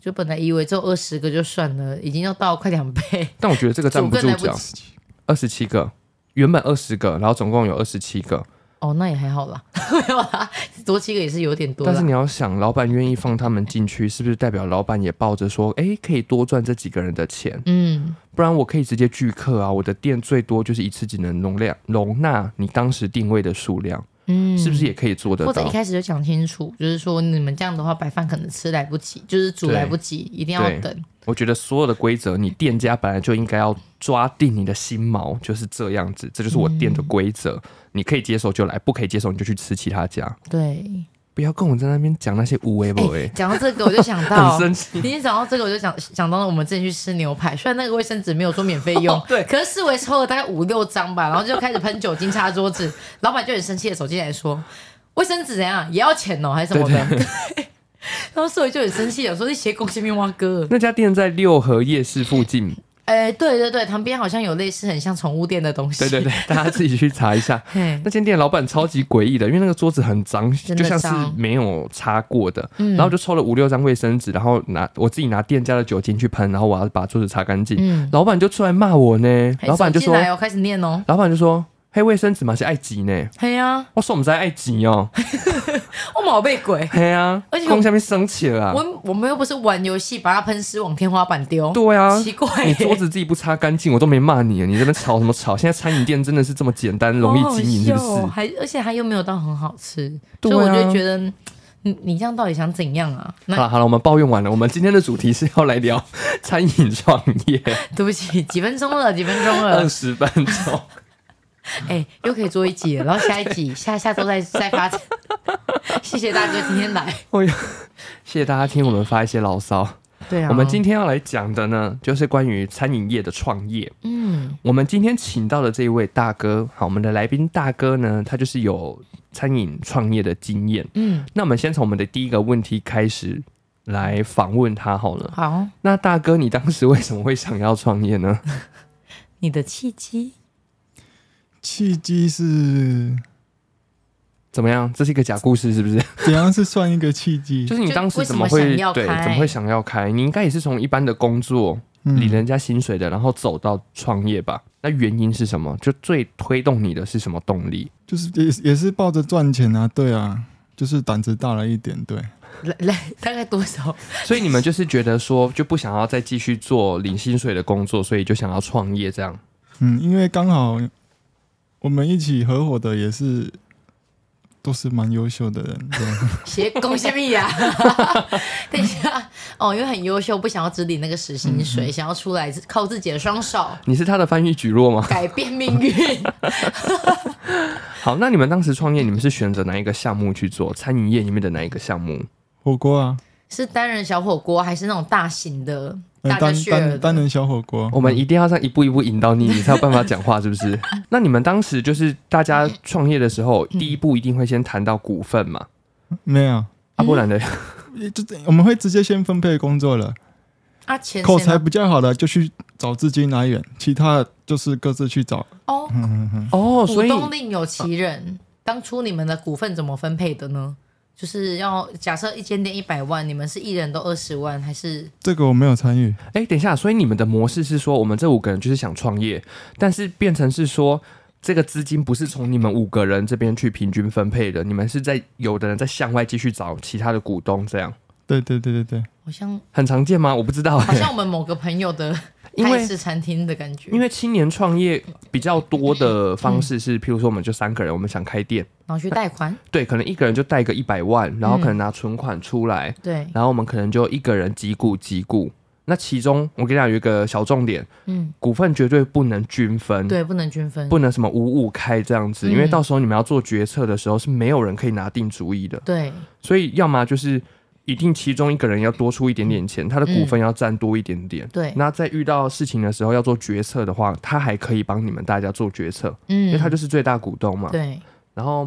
Speaker 3: 就本来以为只有二十个就算了，已经要到快两倍，
Speaker 2: 但我觉得这个站
Speaker 3: 主
Speaker 2: 不
Speaker 3: 更
Speaker 2: 住
Speaker 3: 来不
Speaker 2: 脚，
Speaker 3: 及。
Speaker 2: 二十七个，原本二十个，然后总共有二十七个，
Speaker 3: 哦，那也还好啦， 没有啦，多七个也是有点多
Speaker 2: 但
Speaker 3: 啦
Speaker 2: 是。你要想，老板愿意放他们进去，是不是代表老板也抱着说，诶，可以多赚这几个人的钱？
Speaker 3: 嗯，
Speaker 2: 不然我可以直接拒客啊！我的店最多就是一次只能容量容纳你当时定位的数量，
Speaker 3: 嗯
Speaker 2: 是不是也可以做得
Speaker 3: 或者
Speaker 2: 到
Speaker 3: 一？开始就讲清楚，就是说你们这样的话，白饭可能吃来不及，就是煮
Speaker 2: 对
Speaker 3: 来不及，一定要
Speaker 2: 对
Speaker 3: 等。
Speaker 2: 我觉得所有的规则，你店家本来就应该要抓定你的心毛，就是这样子，这就是我店的规则。
Speaker 3: 嗯
Speaker 2: 你可以接受就来，不可以接受你就去吃其他家，
Speaker 3: 对，
Speaker 2: 不要跟我在那边讲那些无为不为，
Speaker 3: 哎讲到这个我就想到
Speaker 2: 欸 很，生气。
Speaker 3: 你一讲到这个我就想想到了我们之前去吃牛排，虽然那个卫生纸没有说免费 用，
Speaker 2: 对
Speaker 3: 可是四维抽了大概五六张吧，然后就开始喷酒精擦 桌子，老板就很生气的走进来说，卫生纸怎样也要钱哦，还是什么的。 然后四维就很生气了，说你写恭喜面蛙 哥。
Speaker 2: 那家店在六合夜市附近，
Speaker 3: 哎、对对对，旁边好像有类似很像宠物店的东西。
Speaker 2: 对对对，大家自己去查一下。
Speaker 3: 嘿，
Speaker 2: 那间店老板超级诡异的，因为那个桌子很脏，
Speaker 3: 真
Speaker 2: 就
Speaker 3: 的
Speaker 2: 像是
Speaker 3: 脏嗯
Speaker 2: 没有擦过的。然后就抽了五六张卫生纸，然后拿我自己拿店家的酒精去喷，然后我要把桌子擦干净。
Speaker 3: 嗯
Speaker 2: 老板就出来骂我呢，
Speaker 3: 嘿
Speaker 2: 老板就
Speaker 3: 走
Speaker 2: 说，
Speaker 3: 进来哦，开始念哦。
Speaker 2: 老板就说，嘿，卫生纸嘛是爱挤呢，
Speaker 3: 嘿呀、
Speaker 2: 我说我们在爱挤哦，
Speaker 3: 我毛被鬼，
Speaker 2: 嘿啊，
Speaker 3: 而且我
Speaker 2: 光下面生气了 啊，
Speaker 3: 我我们又不是玩游戏，把它喷湿往天花板丢。
Speaker 2: 对啊。
Speaker 3: 奇怪、
Speaker 2: 你桌子自己不擦干净，我都没骂你啊！你这边吵什么吵？现在餐饮店真的是这么简单，容易经营，是不
Speaker 3: 好好笑哦
Speaker 2: 是？
Speaker 3: 还而且它又没有到很好吃，
Speaker 2: 对
Speaker 3: 所
Speaker 2: 啊
Speaker 3: 以我就觉得你你这样到底想怎样啊？
Speaker 2: 好
Speaker 3: 那
Speaker 2: 了好了，我们抱怨完了。我们今天的主题是要来聊餐饮创业，
Speaker 3: 对不起，几分钟了，几分 钟
Speaker 2: 二
Speaker 3: 了，
Speaker 2: 十分钟。
Speaker 3: 哎、又可以做一集了，然后下一集下下周再再发展。 谢谢大哥今天来。
Speaker 2: 我谢谢大家听我们发一些牢骚。
Speaker 3: 对啊，
Speaker 2: 我们今天要来讲的呢，就是关于餐饮业的创业。
Speaker 3: 嗯
Speaker 2: 我们今天请到的这一位大哥，好，我们的来宾大哥呢，他就是有餐饮创业的经验。
Speaker 3: 嗯
Speaker 2: 那我们先从我们的第一个问题开始来访问他好了。
Speaker 3: 好，
Speaker 2: 那大哥，你当时为什么会想要创业呢？
Speaker 3: 你的契机
Speaker 1: 契机是
Speaker 2: 怎么样？这是一个假故事是不是？
Speaker 1: 怎样是算一个契 机
Speaker 2: 嗯就？是你当时怎么
Speaker 3: 就为什
Speaker 2: 会
Speaker 3: 么想要
Speaker 2: 对
Speaker 3: 开
Speaker 2: 怎么会想要开？你应该也是从一般的工作领
Speaker 1: 嗯，
Speaker 2: 人家薪水的，然后走到创业吧？那原因是什么？就最推动你的是什么动力？
Speaker 1: 就是也也是抱着赚钱啊，对啊，就是胆子大了一点，对，
Speaker 3: 来来大概多少？
Speaker 2: 所以你们就是觉得说就不想要再继续做领薪水的工作，所以就想要创业这样。
Speaker 1: 嗯，因为刚好我们一起合伙的也是都是蛮优秀的人，对，
Speaker 3: 斜恭喜你呀！ 等一下哦，因为很优秀，不想要只领那个死薪
Speaker 2: 嗯
Speaker 3: 水，想要出来靠自己的双手
Speaker 2: 你是他的翻译举落吗？
Speaker 3: 改变命运。
Speaker 2: 好，那你们当时创业，你们是选择哪一个项目去做？餐饮业里面的哪一个项目？
Speaker 1: 火锅啊，
Speaker 3: 是单人小火锅还是那种大型的？
Speaker 2: 嗯
Speaker 1: 呃
Speaker 3: 大家
Speaker 1: 单
Speaker 3: 血儿的
Speaker 1: 单单人小火锅，
Speaker 2: 我们一定要这样一步一步引导你，你才有办法讲话，是不是？ 那你们当时就是大家创业的时候，
Speaker 3: 嗯
Speaker 2: 第一步一定会先谈到股份嘛？
Speaker 1: 没有，
Speaker 2: 啊，不然的，
Speaker 1: 就我们会直接先分配工作了。
Speaker 3: 啊，钱
Speaker 1: 口
Speaker 3: 谁
Speaker 1: 才
Speaker 3: 拿
Speaker 1: 比较好的就去找资金来源，其他的就是各自去找。
Speaker 3: 哦，
Speaker 2: 哦，
Speaker 3: 股
Speaker 2: 所以
Speaker 3: 东另有其人。当初你们的股份怎么分配的呢？就是要假设一间店一百万，你们是一人都二十万，还是
Speaker 1: 这个我没有参与，
Speaker 2: 哎，等一下，所以你们的模式是说，我们这五个人就是想创业，但是变成是说，这个资金不是从你们五个人这边去平均分配的，你们是在有的人在向外继续找其他的股东，这样
Speaker 1: 对对对对对，
Speaker 3: 好像
Speaker 2: 很常见吗？我不知道、
Speaker 3: 好像我们某个朋友的
Speaker 2: 因为
Speaker 3: 泰式餐厅的感 觉，
Speaker 2: 因为青年创业比较多的方式是，譬如说我们就三个人，我们想开店，
Speaker 3: 然后去贷款，
Speaker 2: 对，可能一个人就贷个一百万，
Speaker 3: 嗯
Speaker 2: 然后可能拿存款出来，
Speaker 3: 对，
Speaker 2: 然后我们可能就一个人几股几股。那其中我跟你讲有一个小重点，
Speaker 3: 嗯，
Speaker 2: 股份绝对不能均分，
Speaker 3: 对，不能均分，
Speaker 2: 嗯不能什么五五开这样子，
Speaker 3: 嗯
Speaker 2: 因为到时候你们要做决策的时候是没有人可以拿定主意的，
Speaker 3: 对，
Speaker 2: 所以要么就是一定其中一个人要多出一点点
Speaker 3: 嗯
Speaker 2: 钱，他的股份要占多一点点。
Speaker 3: 对，
Speaker 2: 那在遇到事情的时候要做决策的话，他还可以帮你们大家做决策，因为
Speaker 3: 嗯，
Speaker 2: 他就是最大股东嘛。
Speaker 3: 对，
Speaker 2: 然后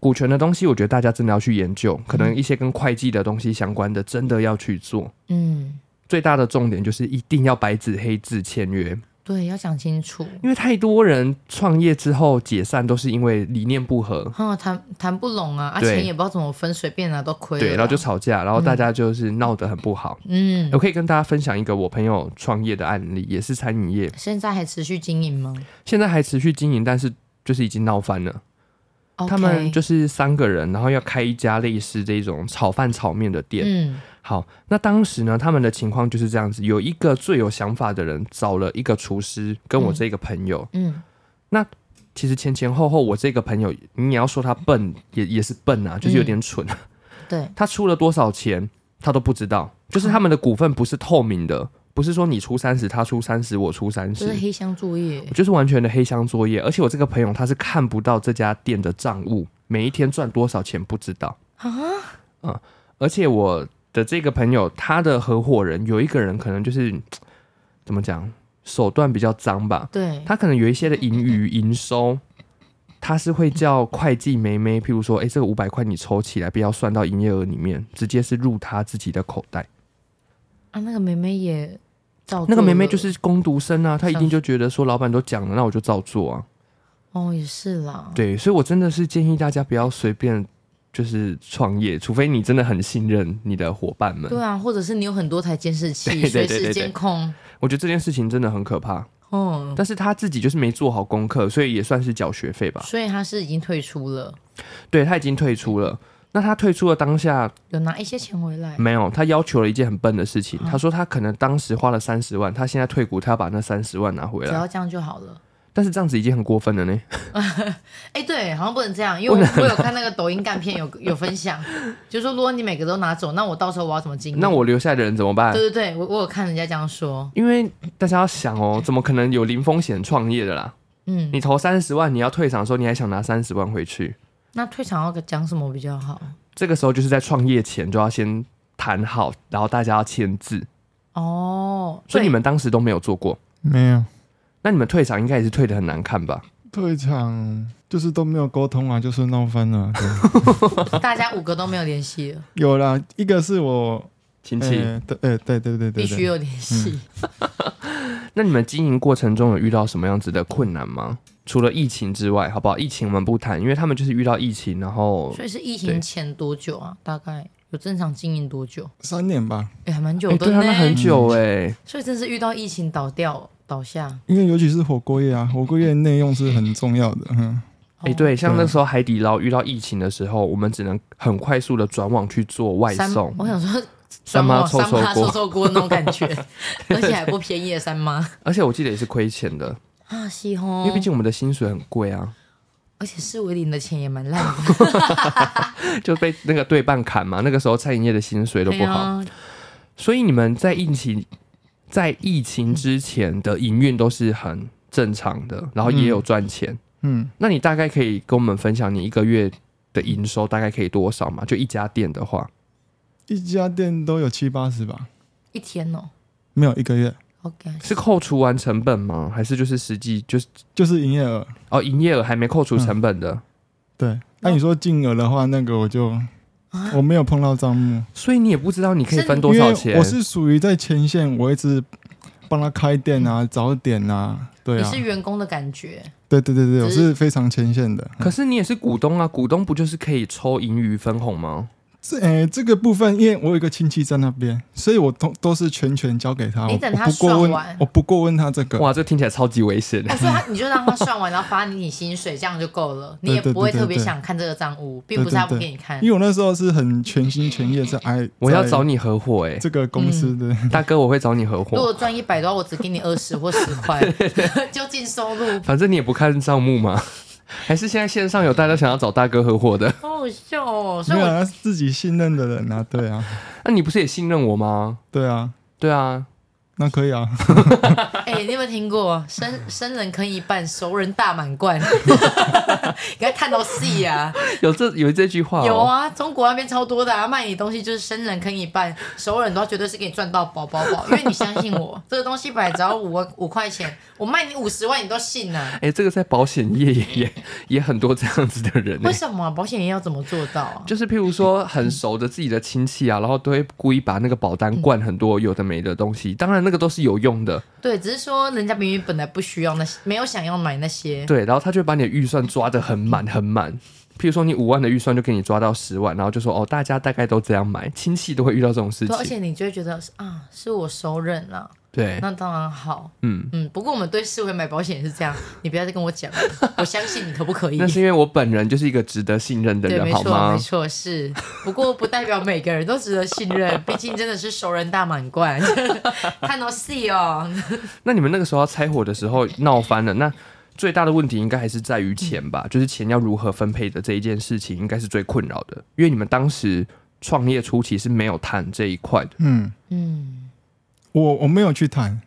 Speaker 2: 股权的东西，我觉得大家真的要去研究，可能一些跟会计的东西相关的，真的要去做。
Speaker 3: 嗯，
Speaker 2: 最大的重点就是一定要白纸黑字签约，
Speaker 3: 对，要讲清楚。
Speaker 2: 因为太多人创业之后解散都是因为理念不合，
Speaker 3: 哦，谈谈不拢啊，啊
Speaker 2: 对
Speaker 3: 钱也不知道怎么分，随便拿都亏了
Speaker 2: 对，
Speaker 3: 啦
Speaker 2: 然后就吵架，然后大家就是闹得很不好。
Speaker 3: 嗯，
Speaker 2: 我可以跟大家分享一个我朋友创业的案例，也是餐饮业，
Speaker 3: 现在还持续经营吗
Speaker 2: 现在还持续经营，但是就是已经闹翻了。
Speaker 3: ？OK？
Speaker 2: 他们就是三个人，然后要开一家类似这种炒饭炒面的店。
Speaker 3: 嗯
Speaker 2: 好，那当时呢，他们的情况就是这样子，有一个最有想法的人找了一个厨师，跟我这个朋友，
Speaker 3: 嗯
Speaker 2: 其实前前后后，我这个朋友，你也要说他笨，也也是笨啊，就是有点蠢。
Speaker 3: 对，
Speaker 2: 他出了多少钱，他都不知道，就是他们的股份不是透明的，不是说你出三十，他出三十，我出三
Speaker 3: 就是
Speaker 2: 十。
Speaker 3: 黑箱作业。
Speaker 2: 就是完全的黑箱作业，而且我这个朋友他是看不到这家店的账务，每一天赚多少钱不知道啊。嗯，而且我的这个朋友，他的合伙人有一个人可能就是怎么讲，手段比较脏吧，
Speaker 3: 对，
Speaker 2: 他可能有一些的盈余营收，他是会叫会计妹妹，譬如说，哎、这个五百块你抽起来，不要算到营业额里面，直接是入他自己的口袋。
Speaker 3: 啊，那个妹妹也照做了，
Speaker 2: 那个妹妹就是工读生啊，她一定就觉得说，老板都讲了，那我就照做啊。
Speaker 3: 哦，也是啦，
Speaker 2: 对，所以我真的是建议大家不要随便就是创业，除非你真的很信任你的伙伴们。
Speaker 3: 对啊，或者是你有很多台监视器，
Speaker 2: 对对
Speaker 3: 随
Speaker 2: 对对
Speaker 3: 时
Speaker 2: 对
Speaker 3: 监控，
Speaker 2: 我觉得这件事情真的很可怕，
Speaker 3: 嗯，
Speaker 2: 但是他自己就是没做好功课，所以也算是缴学费吧。
Speaker 3: 所以他是已经退出了，
Speaker 2: 对他已经退出了，那他退出的当下，
Speaker 3: 有拿一些钱回来，
Speaker 2: 没有，他要求了一件很笨的事情。
Speaker 3: 嗯
Speaker 2: 他说他可能当时花了三十万，他现在退股，他要把那三十万拿回
Speaker 3: 只
Speaker 2: 来。
Speaker 3: 要这样就好了。
Speaker 2: 但是这样子已经很过分了呢。
Speaker 3: 哎，对，好像不能这样，因为我我有看那个抖音干片有有分享，就是说如果你每个都拿走，那我到时候我要怎么经营？
Speaker 2: 那我留下来的人怎么办
Speaker 3: 嗯对？对对，我我有看人家这样说，
Speaker 2: 因为大家要想哦，怎么可能有零风险创业的啦？
Speaker 3: 嗯，
Speaker 2: 你投三十万，你要退场的时候，你还想拿三十万回去，
Speaker 3: 那退场要讲什么比较好？
Speaker 2: 这个时候就是在创业前就要先谈好，然后大家要签字。
Speaker 3: 哦，
Speaker 2: 所以
Speaker 3: 对
Speaker 2: 你们当时都没有做过，
Speaker 1: 没有
Speaker 2: 那你们退场应该也是退的很难看吧？
Speaker 1: 退场，就是都没有沟通啊，就是闹翻了 啊。对
Speaker 3: 大家五个都没有联系了，
Speaker 1: 有啦，一个是我，
Speaker 2: 亲戚，
Speaker 1: 呃，对，呃，对对对对
Speaker 3: 必须
Speaker 1: 对，
Speaker 3: 有联系。
Speaker 2: 那你们经营过程中有遇到什么样子的困难吗？除了疫情之外，好不好？疫情我们不谈，因为他们就是遇到疫情，然后
Speaker 3: 所以是疫
Speaker 2: 嗯对
Speaker 3: 情前多久啊？大概有正常经营多久？
Speaker 1: 三年吧，
Speaker 3: 哎、还蛮久
Speaker 2: 哎、
Speaker 3: 的
Speaker 2: 对
Speaker 3: 呢、
Speaker 2: 啊，那很久哎、
Speaker 3: 所以真是遇到疫情倒掉倒下。
Speaker 1: 因为尤其是火锅业啊，火锅业内用是很重要 的，嗯，
Speaker 3: 哦
Speaker 2: 哎、对，像
Speaker 1: 对
Speaker 2: 那时候海底捞遇到疫情的时候，我们只能很快速的转网去做外
Speaker 3: 三
Speaker 2: 送，
Speaker 3: 我想说
Speaker 2: 三妈臭
Speaker 3: 三
Speaker 2: 臭
Speaker 3: 妈臭
Speaker 2: 锅，
Speaker 3: 臭锅那种 感觉，而且还不便宜的三妈
Speaker 2: 而且我记得也是亏钱的，
Speaker 3: 啊，西
Speaker 2: 因
Speaker 3: 红，
Speaker 2: 为毕竟我们的薪水很贵啊，
Speaker 3: 而且市委领的钱也蛮烂的，
Speaker 2: 就被那个对半砍嘛。那个时候餐饮业的薪水都不好，
Speaker 3: 对啊
Speaker 2: 所以你们在疫情在疫情之前的营运都是很正常的，然后也有赚钱。
Speaker 1: 嗯，
Speaker 2: 那你大概可以跟我们分享你一个月的营收大概可以多少吗？就一家店的话，
Speaker 1: 一家店都有七八十吧，
Speaker 3: 一天哦
Speaker 1: 没有一个月，
Speaker 3: ，OK，
Speaker 2: 是扣除完成本吗？还是就是实际就是
Speaker 1: 就是营业额。
Speaker 2: 哦，营业额还没扣除成本
Speaker 1: 嗯
Speaker 2: 的？
Speaker 1: 对，那、你说净额的话，那个我就、
Speaker 3: 啊
Speaker 1: 我
Speaker 2: 哦
Speaker 1: 没有碰到账目，
Speaker 2: 所以你也不知道你可以分多
Speaker 1: 因
Speaker 2: 少
Speaker 1: 为
Speaker 2: 钱
Speaker 1: 我。是属于在前线，我一直帮他开店啊，找点啊，对
Speaker 3: 你
Speaker 1: 啊
Speaker 3: 是，员工的感觉，
Speaker 1: 对对对对，我
Speaker 3: 只是
Speaker 1: 是非常前线的。
Speaker 2: 可是你也是股东啊，股东不就是可以抽盈余分红吗？
Speaker 1: 这诶、这个部分，因为我有一个亲戚在那边，所以我都都是全权交给他。
Speaker 3: 你
Speaker 1: 我
Speaker 3: 等
Speaker 1: 我
Speaker 3: 他
Speaker 1: 不过
Speaker 3: 算
Speaker 1: 问
Speaker 3: 完，
Speaker 1: 我不过问他这个。
Speaker 2: 哇，这听起来超级危险。
Speaker 3: 哦，所以他你就让他算完，然后发你薪水，这样就够了，你也
Speaker 1: 对对
Speaker 3: 不会
Speaker 1: 对
Speaker 3: 特别
Speaker 1: 对
Speaker 3: 想看这个账务，
Speaker 1: 对
Speaker 3: 并不是他
Speaker 1: 对
Speaker 3: 不
Speaker 1: 对
Speaker 3: 给你看
Speaker 1: 因。为我那时候是很全心全意地在爱，
Speaker 2: 我要
Speaker 1: 在
Speaker 2: 找你合伙哎、
Speaker 1: 这个公
Speaker 3: 嗯
Speaker 1: 司的，
Speaker 2: 大哥，我会找你合
Speaker 3: 如
Speaker 2: 伙。
Speaker 3: 果赚一百的话，我只给你二十或十块， 就近收入，
Speaker 2: 反正你也不看账目嘛， 还是现在线上有大家想要找大哥合伙的？
Speaker 3: 好好笑哦。所
Speaker 1: 没
Speaker 3: 以
Speaker 1: 有
Speaker 3: 我
Speaker 1: 啊自己信任的人啊，对啊，
Speaker 2: 那、你不是也信任我吗？
Speaker 1: 对啊，
Speaker 2: 对啊，
Speaker 1: 那可以啊，
Speaker 3: 哎、你有没有听过生生人坑一半，熟人大满贯？ 你该探到戏啊！
Speaker 2: 有这有这句话、哦，
Speaker 3: 有啊，中国那边超多的、啊，卖你东西就是生人坑一半，熟人的话绝对是给你赚到饱饱饱，因为你相信我，这个东西本来只要五万五块钱，我卖你五十万，你都信啊？
Speaker 2: 哎、这个在保险业也也也很多这样子的人、
Speaker 3: 为
Speaker 2: 欸，
Speaker 3: 什么啊、保险业要怎么做到啊？
Speaker 2: 就是譬如说很熟的自己的亲戚啊，然后都会故意把那个保
Speaker 3: 嗯
Speaker 2: 单灌很多有的没的东西，当然那个都是有用的，
Speaker 3: 对，只是说人家明明本来不需要那些，没有想要买那些，
Speaker 2: 对，然后他就会把你的预算抓得很满很满。譬如说你五万的预算就给你抓到十万，然后就说哦，大家大概都这样买，亲戚都会遇到这种事
Speaker 3: 对，而
Speaker 2: 情。
Speaker 3: 且你就会觉得啊，是我熟人啦、
Speaker 2: 对，
Speaker 3: 那当然好。
Speaker 2: 嗯，
Speaker 3: 嗯，不过我们对社会买保险也是这样， 你不要再跟我讲了，我相信你可不可以
Speaker 2: 那？是因为我本人就是一个值得信任的
Speaker 3: 对，
Speaker 2: 人，啊
Speaker 3: 没
Speaker 2: 好
Speaker 3: 错，没
Speaker 2: 吗？
Speaker 3: 错，是。不过不代表每个人都值得信任，毕竟真的是熟人大满贯， 看到戏哦。
Speaker 2: 那你们那个时候要拆伙的时候闹翻了，那最大的问题应该还是在于钱
Speaker 1: 嗯
Speaker 2: 吧？就是钱要如何分配的这一件事情，应该是最困扰的，因为你们当时创业初期是没有谈这一块的。
Speaker 1: 嗯，
Speaker 3: 嗯，
Speaker 1: 我我没有去谈，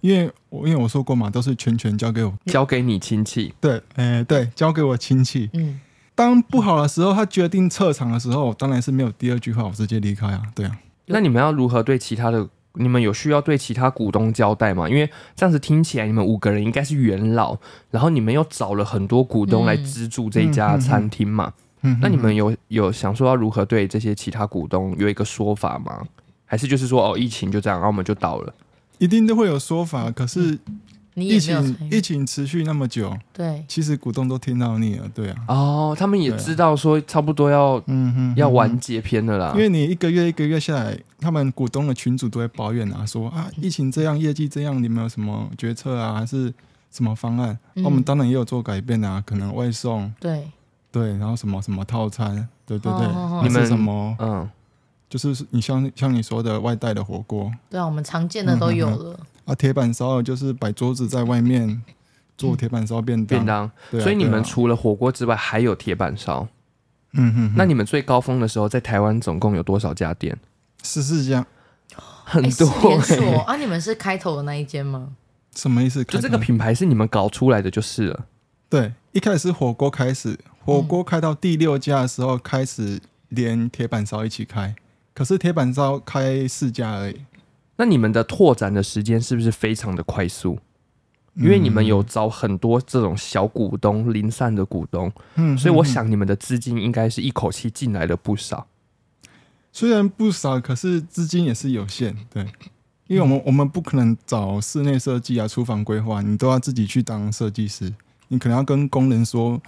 Speaker 1: 因为我因为我说过嘛，都是全权交给我，
Speaker 2: 交给你亲戚，
Speaker 1: 对，诶、对，交给我亲戚。
Speaker 3: 嗯，
Speaker 1: 当不好的时候，他决定撤场的时候，我当然是没有第二句话，我直接离开啊，对啊，
Speaker 2: 那你们要如何对其他的？你们有需要对其他股东交代吗？因为这样子听起来，你们五个人应该是元老，然后你们又找了很多股东来
Speaker 3: 嗯
Speaker 2: 资助这一
Speaker 1: 嗯
Speaker 2: 家
Speaker 1: 嗯嗯
Speaker 2: 餐厅嘛。
Speaker 1: 嗯，
Speaker 2: 那你们有有想说要如何对这些其他股东有一个说法吗？还是就是说哦，疫情就这样，然后我们就倒了？
Speaker 1: 一定都会有说法，可是
Speaker 3: 你
Speaker 1: 疫
Speaker 3: 也没有
Speaker 1: 情
Speaker 3: 参
Speaker 1: 疫
Speaker 3: 与，
Speaker 1: 情持续那么久，
Speaker 3: 对，
Speaker 1: 其实股东都听到你了，对啊，
Speaker 2: 哦，他们也知道说差不多要、
Speaker 1: 啊嗯哼，
Speaker 2: 要完结篇了啦
Speaker 1: 因。为你一个月一个月下来，他们股东的群主都会抱怨啊，说啊，疫情这样，业绩这样，你们有什么决策啊，还是什么方案？
Speaker 3: 嗯
Speaker 1: 我们当然也有做改变啊，可能外送，
Speaker 3: 对，
Speaker 1: 对，然后什么什么套餐，对对对，
Speaker 3: 哦哦哦
Speaker 1: 还是
Speaker 2: 你们
Speaker 1: 什么，
Speaker 2: 嗯，
Speaker 1: 就是你像像你说的外带的火锅
Speaker 3: 对啊，我们常见的
Speaker 2: 嗯
Speaker 3: 都有了。
Speaker 1: 啊，铁板烧的就是摆桌子在外面
Speaker 3: 嗯
Speaker 1: 做铁板烧便当，
Speaker 2: 便当。
Speaker 1: 对啊
Speaker 2: 所以你
Speaker 1: 对
Speaker 2: 们
Speaker 1: 啊
Speaker 2: 除了火锅之外，还有铁板烧。
Speaker 1: 嗯哼，
Speaker 2: 那你们最高峰的时候，在台湾总共有多少家店？
Speaker 1: 十四家
Speaker 2: 很
Speaker 3: 哎，是哦
Speaker 2: 多、
Speaker 3: 连锁
Speaker 2: 欸。
Speaker 3: 啊？你们是开头的那一间吗？
Speaker 1: 什么意思？
Speaker 2: 就
Speaker 1: 开
Speaker 2: 这个
Speaker 1: 头
Speaker 2: 品牌是你们搞出来的就是了。
Speaker 1: 对，一开始是火锅开始，火锅开到第六家的时候，开始连铁板烧一起开。可是铁板烧开四家而已，
Speaker 2: 那你们的拓展的时间是不是非常的快速？因为你们有找很多这种小股东、零散的股东，
Speaker 1: 嗯，
Speaker 2: 所以我
Speaker 1: 嗯，嗯
Speaker 2: 想你们的资金应该是一口气进来了不少。
Speaker 1: 虽然不少，可是资金也是有限，对，因为我
Speaker 2: 嗯
Speaker 1: 们我们不可能找室内设计啊、厨房规划，你都要自己去当设计师，你可能要跟工人说，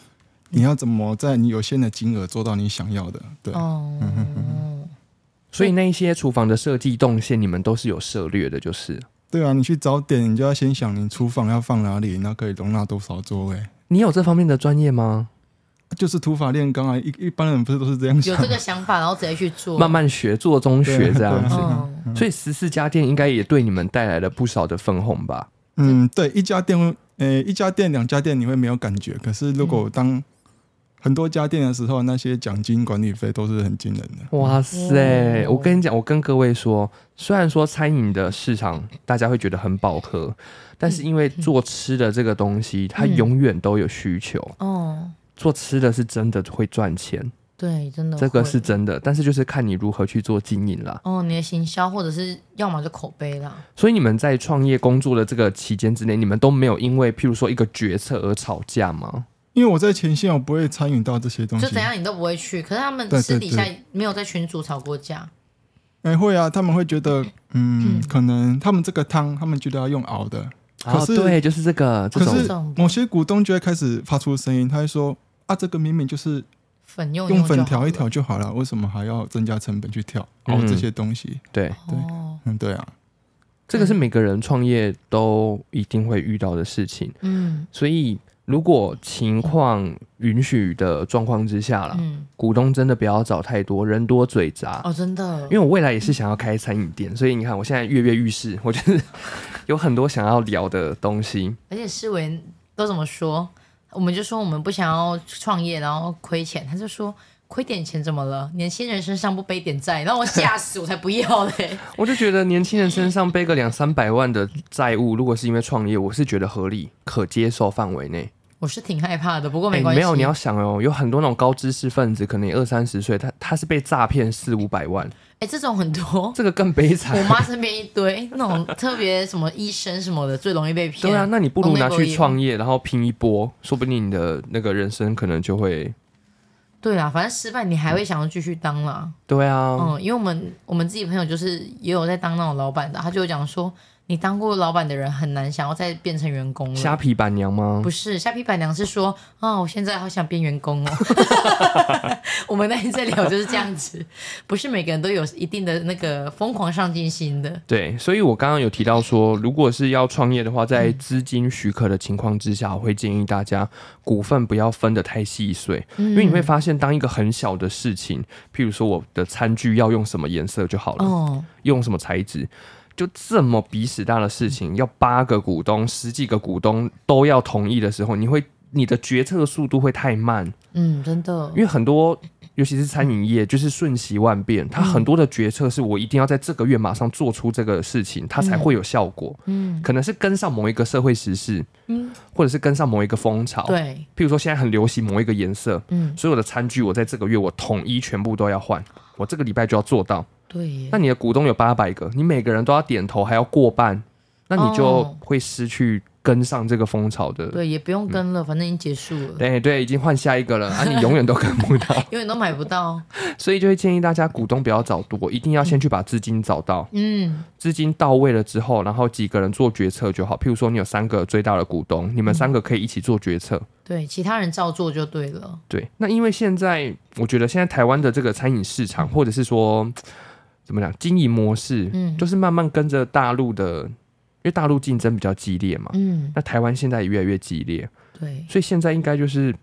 Speaker 1: 你要怎么在你有限的金额做到你想要的，对，
Speaker 3: 哦，
Speaker 2: 所
Speaker 1: 嗯
Speaker 2: 以那一些厨房的设计动线，你们都是有涉略的，就是
Speaker 1: 对啊，你去找点，你就要先想你厨房要放哪里，然后可以容纳多少座位。
Speaker 2: 你有这方面的专业吗？
Speaker 1: 就是土法炼钢啊，一一般人不是都是这样
Speaker 3: 有
Speaker 1: 想？
Speaker 3: 这个想法，然后直接去做，
Speaker 2: 慢慢学，做中学这样
Speaker 1: 对
Speaker 2: 子。
Speaker 3: 嗯，
Speaker 2: 所以十四家店应该也对你们带来了不少的分红吧？
Speaker 1: 嗯，对，一家店会，呃，一家店、两家店你会没有感觉，可是如果
Speaker 3: 嗯
Speaker 1: 当很多家店的时候，那些奖金管理费都是很惊人的。
Speaker 2: 哇塞！
Speaker 3: 哦
Speaker 2: 我跟你讲，我跟各位说，虽然说餐饮的市场大家会觉得很饱和，但是因为做吃的这个东西，它
Speaker 3: 嗯
Speaker 2: 永远都有需求。
Speaker 3: 哦，
Speaker 2: 做吃的是真的会赚钱，
Speaker 3: 对，真的
Speaker 2: 这个
Speaker 3: 会
Speaker 2: 是真的，但是就是看你如何去做经营啦。
Speaker 3: 哦，你的行销或者是要么就口碑啦，
Speaker 2: 所以你们在创业工作的这个期间之内，你们都没有因为譬如说一个决策而吵架吗？
Speaker 1: 因为我在前线，我不会参与到这些东西
Speaker 3: 就。怎样你都不会去。可是他们
Speaker 1: 对对
Speaker 3: 私底下没有在群组吵过架，
Speaker 1: 哎、会啊，他们会觉得，嗯，可能他们这个汤，他们觉得要用熬的，
Speaker 2: 啊，
Speaker 1: 可是
Speaker 2: 对，就是这个这
Speaker 1: 可
Speaker 2: 种
Speaker 1: 是
Speaker 3: 种
Speaker 1: 某些股东就会开始发出声音，他会说啊，这个明明就是
Speaker 3: 粉用
Speaker 1: 用
Speaker 3: 就
Speaker 1: 粉
Speaker 3: 好
Speaker 1: 调一
Speaker 3: 了
Speaker 1: 调就好了，为什么还要增加成本去调熬
Speaker 2: 嗯
Speaker 1: 这些东西？
Speaker 2: 对，
Speaker 3: 哦，
Speaker 1: 嗯，对啊，
Speaker 2: 这个是每个人创业都一定会遇到的事情。
Speaker 3: 嗯
Speaker 2: 所以如果情况允许的状况之下啦，
Speaker 3: 嗯，
Speaker 2: 股东真的不要找太多，人多嘴杂。
Speaker 3: 哦，真的，
Speaker 2: 因为我未来也是想要开餐饮店，所以你看我现在跃跃欲试，我就是有很多想要聊的东西。
Speaker 3: 而且世文都怎么说？我们就说我们不想要创业，然后亏钱，他就说亏点钱怎么了？年轻人身上不背点债，让我吓死，我才不要嘞！
Speaker 2: 我就觉得年轻人身上背个两三百万的债务，如果是因为创业，我是觉得合理、可接受范围内。
Speaker 3: 我是挺害怕的，不过
Speaker 2: 哎
Speaker 3: 没关系。
Speaker 2: 没有，你要想哦，有很多那种高知识分子，可能也二三十岁，他他是被诈骗四五百万，
Speaker 3: 哎，这种 很多，
Speaker 2: 这个更悲惨
Speaker 3: 我。妈身边一堆那种特别什么医生什么的，最容易被骗。
Speaker 2: 对啊，那你不如拿
Speaker 3: 我没有
Speaker 2: 去创业，然后拼一波，说不定你的那个人生可能就会……
Speaker 3: 对啊，反正失败你还会想要继续当啦。
Speaker 2: 对啊，
Speaker 3: 嗯，因为我们我们自己朋友就是也有在当那种老板的，他就有讲说，你当过老板的人很难想要再变成员工了
Speaker 2: 虾。皮板娘吗
Speaker 3: 不？是虾皮板娘是说啊、我现在好想变员工哦。 我们那天在聊就是这样子，不是每个人都有一定的那个疯狂上进心的。
Speaker 2: 对，所以我刚刚有提到说，如果是要创业的话，在资金许可的情况之下，我会建议大家股份不要分得太细碎，
Speaker 3: 嗯
Speaker 2: 因为你会发现，当一个很小的事情，譬如说我的餐具要用什么颜色就好了，
Speaker 3: 哦，
Speaker 2: 用什么材质，就这么鼻屎大的事
Speaker 3: 嗯
Speaker 2: 情，要八个股东、十几个股东都要同意的时候，你会你的决策速度会太慢，
Speaker 3: 嗯，真的
Speaker 2: 因，为很多。尤其是餐饮
Speaker 3: 嗯
Speaker 2: 业，就是瞬息万变，它很多的决策是我一定要在这个月马上做出这个事情，它才会有效果。
Speaker 3: 嗯
Speaker 2: 可能是跟上某一个社会时事，
Speaker 3: 嗯，
Speaker 2: 或者是跟上某一个风潮。，
Speaker 3: 对，
Speaker 2: 譬如说现在很流行某一个颜色，
Speaker 3: 嗯，
Speaker 2: 所有的餐具我在这个月我统一全部都要换，我这个礼拜就要做到。
Speaker 3: 对耶
Speaker 2: 那。你的股东有八百个，你每个人都要点头，还要过半，那你就
Speaker 3: 哦
Speaker 2: 会失去跟上这个风潮的。
Speaker 3: 对，也不用跟了，反正已经结束了，
Speaker 2: 对对，已经换下一个了，啊，你永远都跟不 到，
Speaker 3: 因为都买不到。
Speaker 2: 所以就会建议大家股东不要找多，一定要先去把资金找到，
Speaker 3: 嗯，
Speaker 2: 资金到位了之后，然后几个人做决策就好。譬如说你有三个最大的股东，你们三个可以一起做决策，
Speaker 3: 对，其他人照做就对了。
Speaker 2: 对，那因为现在我觉得现在台湾的这个餐饮市场，或者是说怎么讲经营模式，
Speaker 3: 嗯
Speaker 2: 就是慢慢跟着大陆的，因为大陆竞争比较激烈嘛，
Speaker 3: 嗯，
Speaker 2: 那台湾现在也越来越激烈，
Speaker 3: 对，
Speaker 2: 所以现在应该就是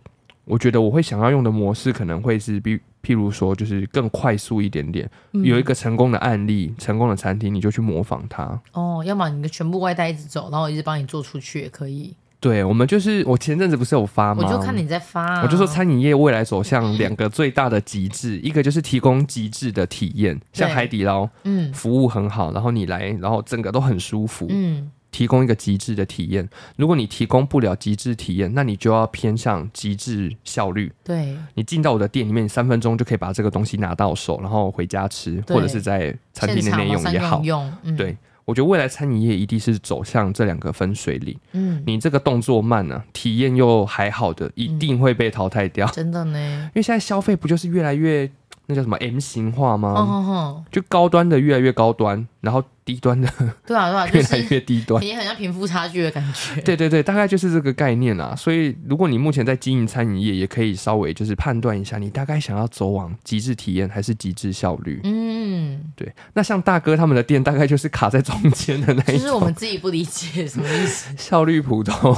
Speaker 2: 我觉得我会想要用的模式，可能会是比譬如说就是更快速一点点，
Speaker 3: 嗯
Speaker 2: 有一个成功的案例、成功的餐厅，你就去模仿它。
Speaker 3: 哦，要么你全部外带一直走，然后我一直帮你做出去也可以。
Speaker 2: 对，我们就是我前阵子不是有发
Speaker 3: 我
Speaker 2: 吗？
Speaker 3: 就看你在发、啊，
Speaker 2: 我就说餐饮业未来走向两个最大的极致，一个就是提供极致的体验，像海底捞
Speaker 3: 嗯
Speaker 2: 服务很好，然后你来，然后整个都很舒服。
Speaker 3: 嗯，
Speaker 2: 提供一个极致的体验。如果你提供不了极致体验，那你就要偏向极致效率。
Speaker 3: 对
Speaker 2: 你进到我的店里面，你三分钟就可以把这个东西拿到手，然后回家吃，
Speaker 3: 对
Speaker 2: 或者是在餐厅
Speaker 3: 现
Speaker 2: 的
Speaker 3: 场
Speaker 2: 内
Speaker 3: 马
Speaker 2: 用
Speaker 3: 上
Speaker 2: 也好
Speaker 3: 用。用，嗯，
Speaker 2: 对，我觉得未来餐饮业一定是走向这两个分水岭。
Speaker 3: 嗯，
Speaker 2: 你这个动作慢呢、啊体验又还好的，一定会被淘汰掉。
Speaker 3: 真的呢，
Speaker 2: 因为现在消费不就是越来越那叫什么 M 型化吗？
Speaker 3: 哦吼吼，
Speaker 2: 就高端的越来越高端，然后低端的
Speaker 3: 对啊对啊，就
Speaker 2: 越来
Speaker 3: 是
Speaker 2: 越低端。
Speaker 3: 也很像贫富差距的感觉，
Speaker 2: 对对对，大概就是这个概念啦。所以，如果你目前在经营餐饮业，也可以稍微就是判断一下，你大概想要走往极致体验还是极致效率。
Speaker 3: 嗯，
Speaker 2: 对，那像大哥他们的店，大概就是卡在中间的那一种，
Speaker 3: 就是我们自己不理解什么意 思，
Speaker 2: 效率普通，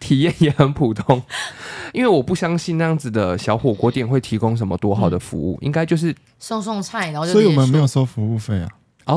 Speaker 2: 体验也很普通。因为我不相信那样子的小火锅店会提供什么多好的服务，应该就是
Speaker 3: 送送菜，然后就
Speaker 1: 所以我
Speaker 3: 结
Speaker 1: 们
Speaker 3: 束
Speaker 1: 没有收服务费啊。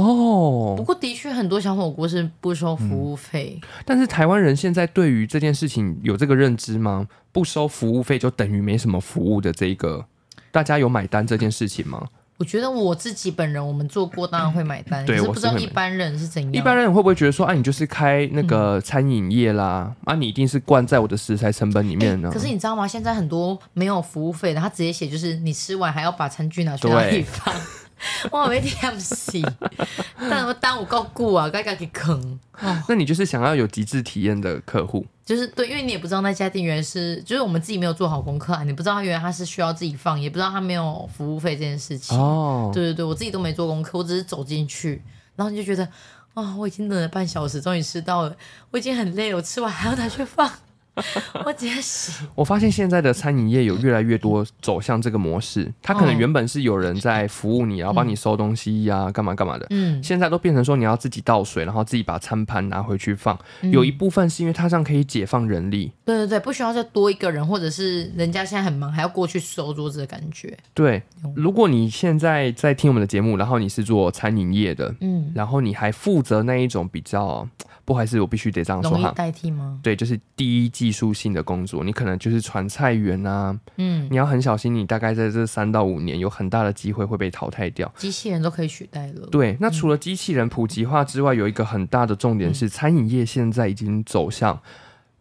Speaker 3: 不
Speaker 2: 哦。
Speaker 3: 过的确，很多小火锅是不收服
Speaker 2: 嗯
Speaker 3: 务费，
Speaker 2: 但是台湾人现在对于这件事情有这个认知吗？不收服务费就等于没什么服务的这一个，大家有买单这件事情吗？
Speaker 3: 我觉得我自己本人我们做过，当然会买单，可
Speaker 2: 对
Speaker 3: 是
Speaker 2: 我
Speaker 3: 不
Speaker 2: 是
Speaker 3: 知道
Speaker 2: 会
Speaker 3: 一
Speaker 2: 买
Speaker 3: 般人是怎样。哎嗯
Speaker 2: 一般人会不会觉得说，啊，你就是开那个餐饮业啦，啊，你一定是灌在我的食材成本里面呢、
Speaker 3: 可是你知道吗？现在很多没有服务费的，他直接写就是你吃完还要把餐具拿去哪里
Speaker 2: 对
Speaker 3: 放。 我没点死， 但我当我够顾啊，该该给坑哦，
Speaker 2: 那你就是想要有极致体验的客户，
Speaker 3: 就是对，因为你也不知道那家店员是，就是我们自己没有做好功课啊，你不知道他原来他是需要自己放，也不知道他没有服务费这件事情。
Speaker 2: 哦，
Speaker 3: 对对对，我自己都没做功课，我只是走进去，然后你就觉得啊、我已经等了半小时，终于吃到了，我已经很累了，我吃完还要拿去放， 我直接洗。
Speaker 2: 我发现现在的餐饮业有越来越多走向这个模式，它可能
Speaker 3: 哦
Speaker 2: 原本是有人在服务你，然后帮你收东西呀、干嘛干嘛的。
Speaker 3: 嗯，
Speaker 2: 现在都变成说你要自己倒水，然后自己把餐盘拿回去放。
Speaker 3: 嗯
Speaker 2: 有一部分是因为它这样可以解放人力，
Speaker 3: 对对对，不需要再多一个人，或者是人家现在很忙还要过去收桌子的感觉。
Speaker 2: 对，如果你现在在听我们的节目，然后你是做餐饮业的，
Speaker 3: 嗯，
Speaker 2: 然后你还负责那一种比较，不好意思，我必须得这样说
Speaker 3: 容易
Speaker 2: 哈，
Speaker 3: 代替吗？
Speaker 2: 对，就是第一技术性的工作，你可能就是传菜员啊，
Speaker 3: 嗯，
Speaker 2: 你要很小心，你大概在这三到五年有很大的机会会被淘汰掉。
Speaker 3: 机器人都可以取代了。
Speaker 2: 对，那
Speaker 3: 嗯
Speaker 2: 除了机器人普及化之外，有一个很大的重点是，餐饮业现在已经走向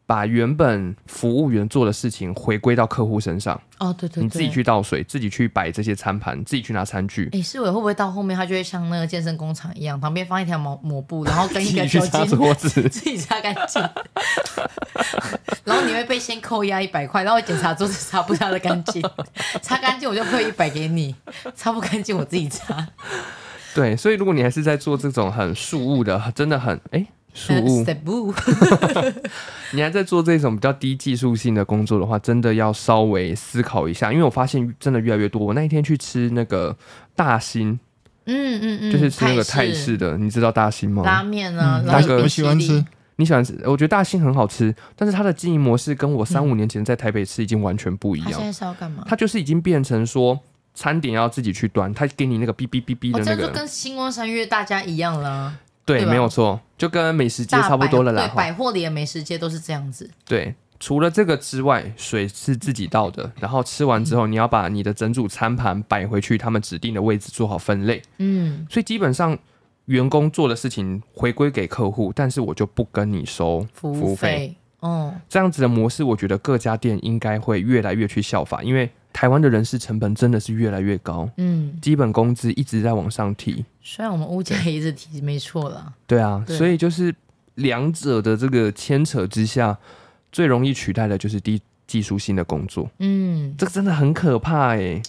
Speaker 2: 把原本服务员做的事情回归到客户身上，
Speaker 3: 哦，对对对，
Speaker 2: 你自己。去倒水，自己去摆这些餐盘，自己去拿餐具。
Speaker 3: 哎，市委会不会到后面，他就会像那个健身工厂一样，旁边放一条抹抹布，然后跟
Speaker 2: 自
Speaker 3: 一
Speaker 2: 己
Speaker 3: 个
Speaker 2: 去
Speaker 3: 球
Speaker 2: 擦
Speaker 3: 巾，，
Speaker 2: 桌子
Speaker 3: 自己擦干净， 然后你会被先扣押一百块，然后检查桌子擦不擦得干 净，擦干净我就退一百给你，擦不干净我自己擦。
Speaker 2: 对，所以如果你还是在做这种很庶务的，真的很哎
Speaker 3: 呃
Speaker 2: 庶务，
Speaker 3: step
Speaker 2: 你还在做这种比较低技术性的工作的话，真的要稍微思考一下，因为我发现真的越来越多。我那一天去吃那个大兴，
Speaker 3: 嗯嗯 嗯，
Speaker 2: 就是吃那个泰式的，你知道大兴吗？
Speaker 3: 拉面啊，
Speaker 1: 嗯
Speaker 3: 然后
Speaker 2: 大哥
Speaker 1: 我
Speaker 3: 冰
Speaker 1: 喜
Speaker 3: 淇
Speaker 1: 欢
Speaker 3: 淋
Speaker 1: 吃，
Speaker 2: 你喜欢吃？我觉得大兴很好吃，但是它的经营模式跟
Speaker 3: 嗯
Speaker 2: 我三五年前在台北吃已经完全不一
Speaker 3: 他现
Speaker 2: 样。
Speaker 3: 在是要干嘛？
Speaker 2: 它就是已经变成说，餐点要自己去端，它给你那个哔哔哔哔
Speaker 3: 哦，
Speaker 2: 的
Speaker 3: 这
Speaker 2: 那
Speaker 3: 样
Speaker 2: 个，
Speaker 3: 就跟星光三月大家一样啦，
Speaker 2: 对，
Speaker 3: 对吧
Speaker 2: 没有错，就跟美食街
Speaker 3: 大
Speaker 2: 差不
Speaker 3: 百
Speaker 2: 多了啦。
Speaker 3: 对，
Speaker 2: 哈
Speaker 3: 百货里的美食街都是这样子。
Speaker 2: 对，除了这个之外，水是自己倒的，然后吃完之后，你要把你的整组餐盘摆回去他们指定的位置，做好分类。
Speaker 3: 嗯，
Speaker 2: 所以基本上。员工做的事情回归给客户，但是我就不跟你收
Speaker 3: 服务费，哦，
Speaker 2: 这样子的模式，我觉得各家店应该会越来越去效法，因为台湾的人事成本真的是越来越高，
Speaker 3: 嗯，
Speaker 2: 基本工资一直在往上提。
Speaker 3: 虽然我们物价也一直提，没错啦。
Speaker 2: 对啊，
Speaker 3: 对
Speaker 2: 所以就是两者的这个牵扯之下，最容易取代的就是低技术性的工作，
Speaker 3: 嗯，
Speaker 2: 这个真的很可怕哎、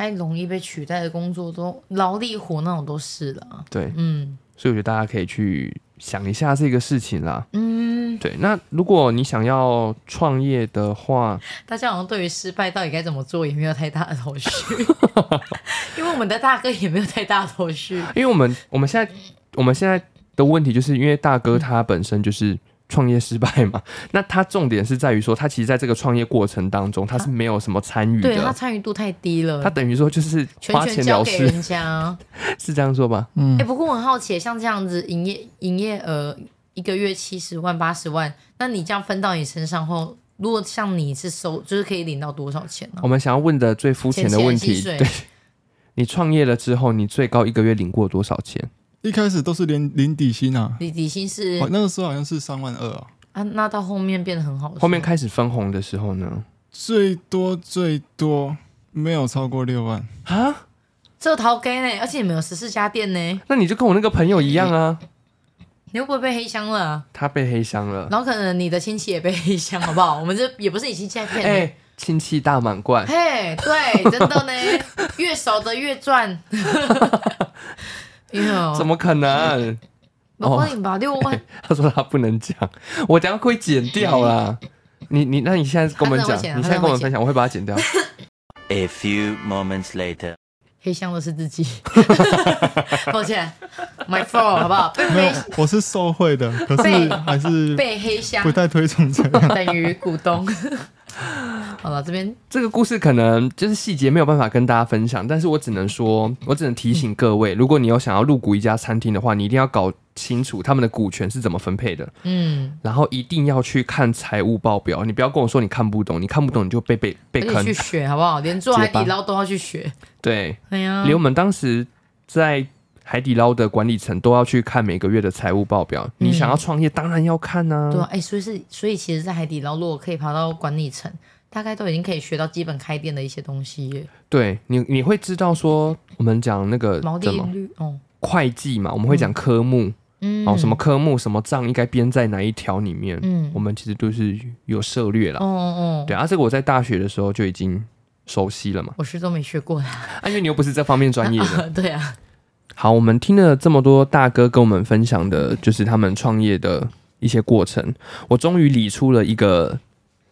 Speaker 3: 太容易被取代的工作都劳力活那种都是啦。
Speaker 2: 对，
Speaker 3: 嗯
Speaker 2: 所以我觉得大家可以去想一下这个事情啦。
Speaker 3: 嗯，
Speaker 2: 对，那如果你想要创业的话，
Speaker 3: 大家好像对于失败到底该怎么做也没有太大的头绪，因为我们的大哥也没有太大的头绪。
Speaker 2: 因为我们我们现在我们现在的问题就是因为大哥他本身就是创业失败嘛， 那他重点是在于说他其实在这个创业过程当中他是没有什么参与
Speaker 3: 对他
Speaker 2: 的，
Speaker 3: 参与度太低
Speaker 2: 啊他
Speaker 3: 了，
Speaker 2: 等于说就是
Speaker 3: 全
Speaker 2: 花
Speaker 3: 权
Speaker 2: 钱
Speaker 3: 交
Speaker 2: 了
Speaker 3: 给
Speaker 2: 事，
Speaker 3: 人家。
Speaker 2: 是这样说吧？
Speaker 1: 嗯
Speaker 3: 哎、，不过我很好奇，像这样子营业营业额一个月七十万八十万，那你这样分到你身上后，如果像你是收，就是可以领到多少钱呢、
Speaker 2: 我们想要问的最肤浅的问
Speaker 3: 钱
Speaker 2: 题，
Speaker 3: 钱薪水
Speaker 2: 对你创业了之后，你最高一个月领过多少钱？
Speaker 1: 一开始都是零零底薪啊，
Speaker 3: 底底薪是
Speaker 1: 哦那个时候好像是三万二啊，
Speaker 3: 啊，那到后面变得很好的时候，
Speaker 2: 后面开始分红的时候呢？
Speaker 1: 最多最多没有超过六万。
Speaker 2: 啊，
Speaker 3: 这逃 gay 呢，而且你们有十四家店呢，
Speaker 2: 那你就跟我那个朋友一样啊，
Speaker 3: 你会不会被黑箱了啊？
Speaker 2: 他被黑箱了。
Speaker 3: 然后可能你的亲戚也被黑箱，好不好？我们这也不是你亲戚在骗你。
Speaker 2: 哎，亲戚大满贯，
Speaker 3: 嘿，对，真的呢，越熟的越赚。哟，
Speaker 2: 怎么可能？
Speaker 3: 我帮你吧，六 万，
Speaker 2: 他说他不能讲，我等下会剪掉啦。你你，那你现在跟我们讲，
Speaker 3: 他真的会剪啊
Speaker 2: 你现在跟我们
Speaker 3: 他
Speaker 2: 分
Speaker 3: 真的会剪
Speaker 2: 享，我会把它剪 掉。
Speaker 4: A few moments later.
Speaker 3: 黑箱的是自己， 抱歉，my fault，好不好？被
Speaker 1: 没有
Speaker 3: 黑，
Speaker 1: 我是受贿的，可
Speaker 3: 被
Speaker 1: 是还是
Speaker 3: 被黑箱
Speaker 1: 不太推崇这 样。
Speaker 3: 等于股东。好了，这边
Speaker 2: 这个故事可能就是细节没有办法跟大家分享，但是我只能说，我只能提醒各
Speaker 3: 嗯
Speaker 2: 位，如果你有想要入股一家餐厅的话，你一定要搞清楚他们的股权是怎么分配的，
Speaker 3: 嗯，
Speaker 2: 然后一定要去看财务报表。你不要跟我说你看不懂，你看不懂你就被被被
Speaker 3: 而且
Speaker 2: 坑
Speaker 3: 去。学好不好？连做海
Speaker 2: 结
Speaker 3: 底
Speaker 2: 巴
Speaker 3: 捞都要去学。
Speaker 2: 对，
Speaker 3: 哎呀，
Speaker 2: 连我们当时在海底捞的管理层都要去看每个月的财务报表。你想要创业，当然要看呐、
Speaker 3: 嗯对啊，哎、所以是，所以其实，在海底捞如果可以爬到管理层，大概都已经可以学到基本开店的一些东西耶，
Speaker 2: 对你，你会知道说我们讲那个
Speaker 3: 毛利
Speaker 2: 呃怎么
Speaker 3: 率，哦，
Speaker 2: 会计嘛，我们会讲科目、
Speaker 3: 嗯，
Speaker 2: 哦，什么，科目什么账应该编在哪一条里面，
Speaker 3: 嗯，
Speaker 2: 我们其实都是有涉略啦。
Speaker 3: 哦哦，
Speaker 2: 对啊，这个我在大学的时候就已经熟悉了嘛，
Speaker 3: 我是都没学过呀，
Speaker 2: 啊，因为你又不是这方面专业的。
Speaker 3: 对啊，
Speaker 2: 好，我们听了这么多大哥跟我们分享的，就是他们创业的一些过程，我终于理出了一个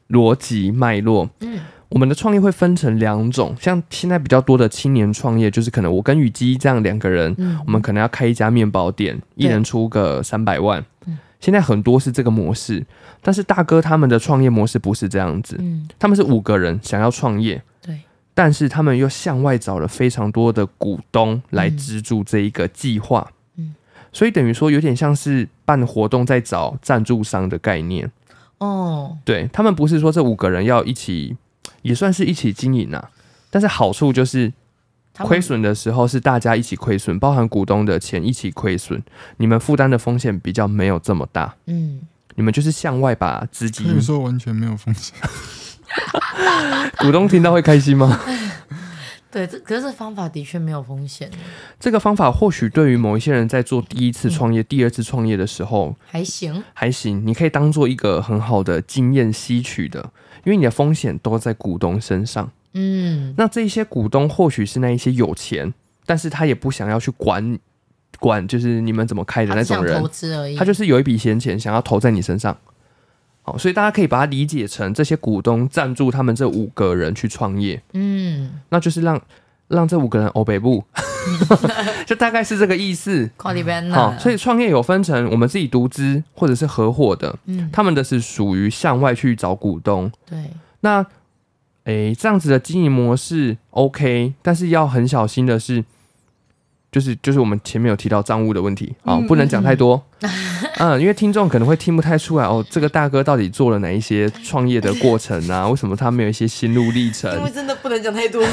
Speaker 2: 逻辑脉络。
Speaker 3: 嗯
Speaker 2: 我们的创业会分成两种，像现在比较多的青年创业，就是可能我跟雨姬这样两个人，
Speaker 3: 嗯
Speaker 2: 我们可能要开一家面包店，一
Speaker 3: 对
Speaker 2: 人出个三百万
Speaker 3: 嗯。
Speaker 2: 现在很多是这个模式，但是大哥他们的创业模式不是这样子，
Speaker 3: 嗯，
Speaker 2: 他们是五个人想要创业，
Speaker 3: 对，
Speaker 2: 但是他们又向外找了非常多的股东来资助这一个计划，
Speaker 3: 嗯
Speaker 2: 所以等于说有点像是办活动在找赞助商的概念。
Speaker 3: 哦，
Speaker 2: 对他们不是说这五个人要一起，也算是一起经营啊，但是好处就是
Speaker 3: 他们
Speaker 2: 亏损的时候是大家一起亏损，包含股东的钱一起亏损，你们负担的风险比较没有这么大，
Speaker 3: 嗯，
Speaker 2: 你们就是向外把资
Speaker 1: 可以
Speaker 2: 金。
Speaker 1: 说完全没有风险。
Speaker 2: 股东听到会开心吗？
Speaker 3: 对，这可是方法的确没有风险，
Speaker 2: 这个方法或许对于某一些人在做第一次创业、第二次创业的时候
Speaker 3: 还行，
Speaker 2: 还行，你可以当做一个很好的经验吸取的，因为你的风险都在股东身上。
Speaker 3: 嗯，
Speaker 2: 那这一些股东或许是那一些有钱，但是他也不想要去管管，就是你们怎么开的
Speaker 3: 他
Speaker 2: 那
Speaker 3: 只
Speaker 2: 种
Speaker 3: 想
Speaker 2: 人
Speaker 3: 投，资而已，
Speaker 2: 他就是有一笔闲钱想要投在你身上。好，所以大家可以把它理解成这些股东赞助他们这五个人去创业，
Speaker 3: 嗯，
Speaker 2: 那就是让让这五个人欧北 部，就大概是这个意思。
Speaker 3: 靠里边
Speaker 2: 好，
Speaker 3: 呢，
Speaker 2: 所
Speaker 3: 以，
Speaker 2: 以创业有分成我们自己独资或者是合伙的，
Speaker 3: 嗯，
Speaker 2: 他们的是属于向外去找股东。
Speaker 3: 对，
Speaker 2: 那诶，这样子的经营模式 OK，但是要很小心的是，就是就是我们前面有提到账务的问题啊、不能讲太多， 嗯，因为听众可能会听不太出来哦，这个大哥到底做了哪一些创业的过程啊？为什么他没有一些心路历程？
Speaker 3: 因为真的不能讲太多，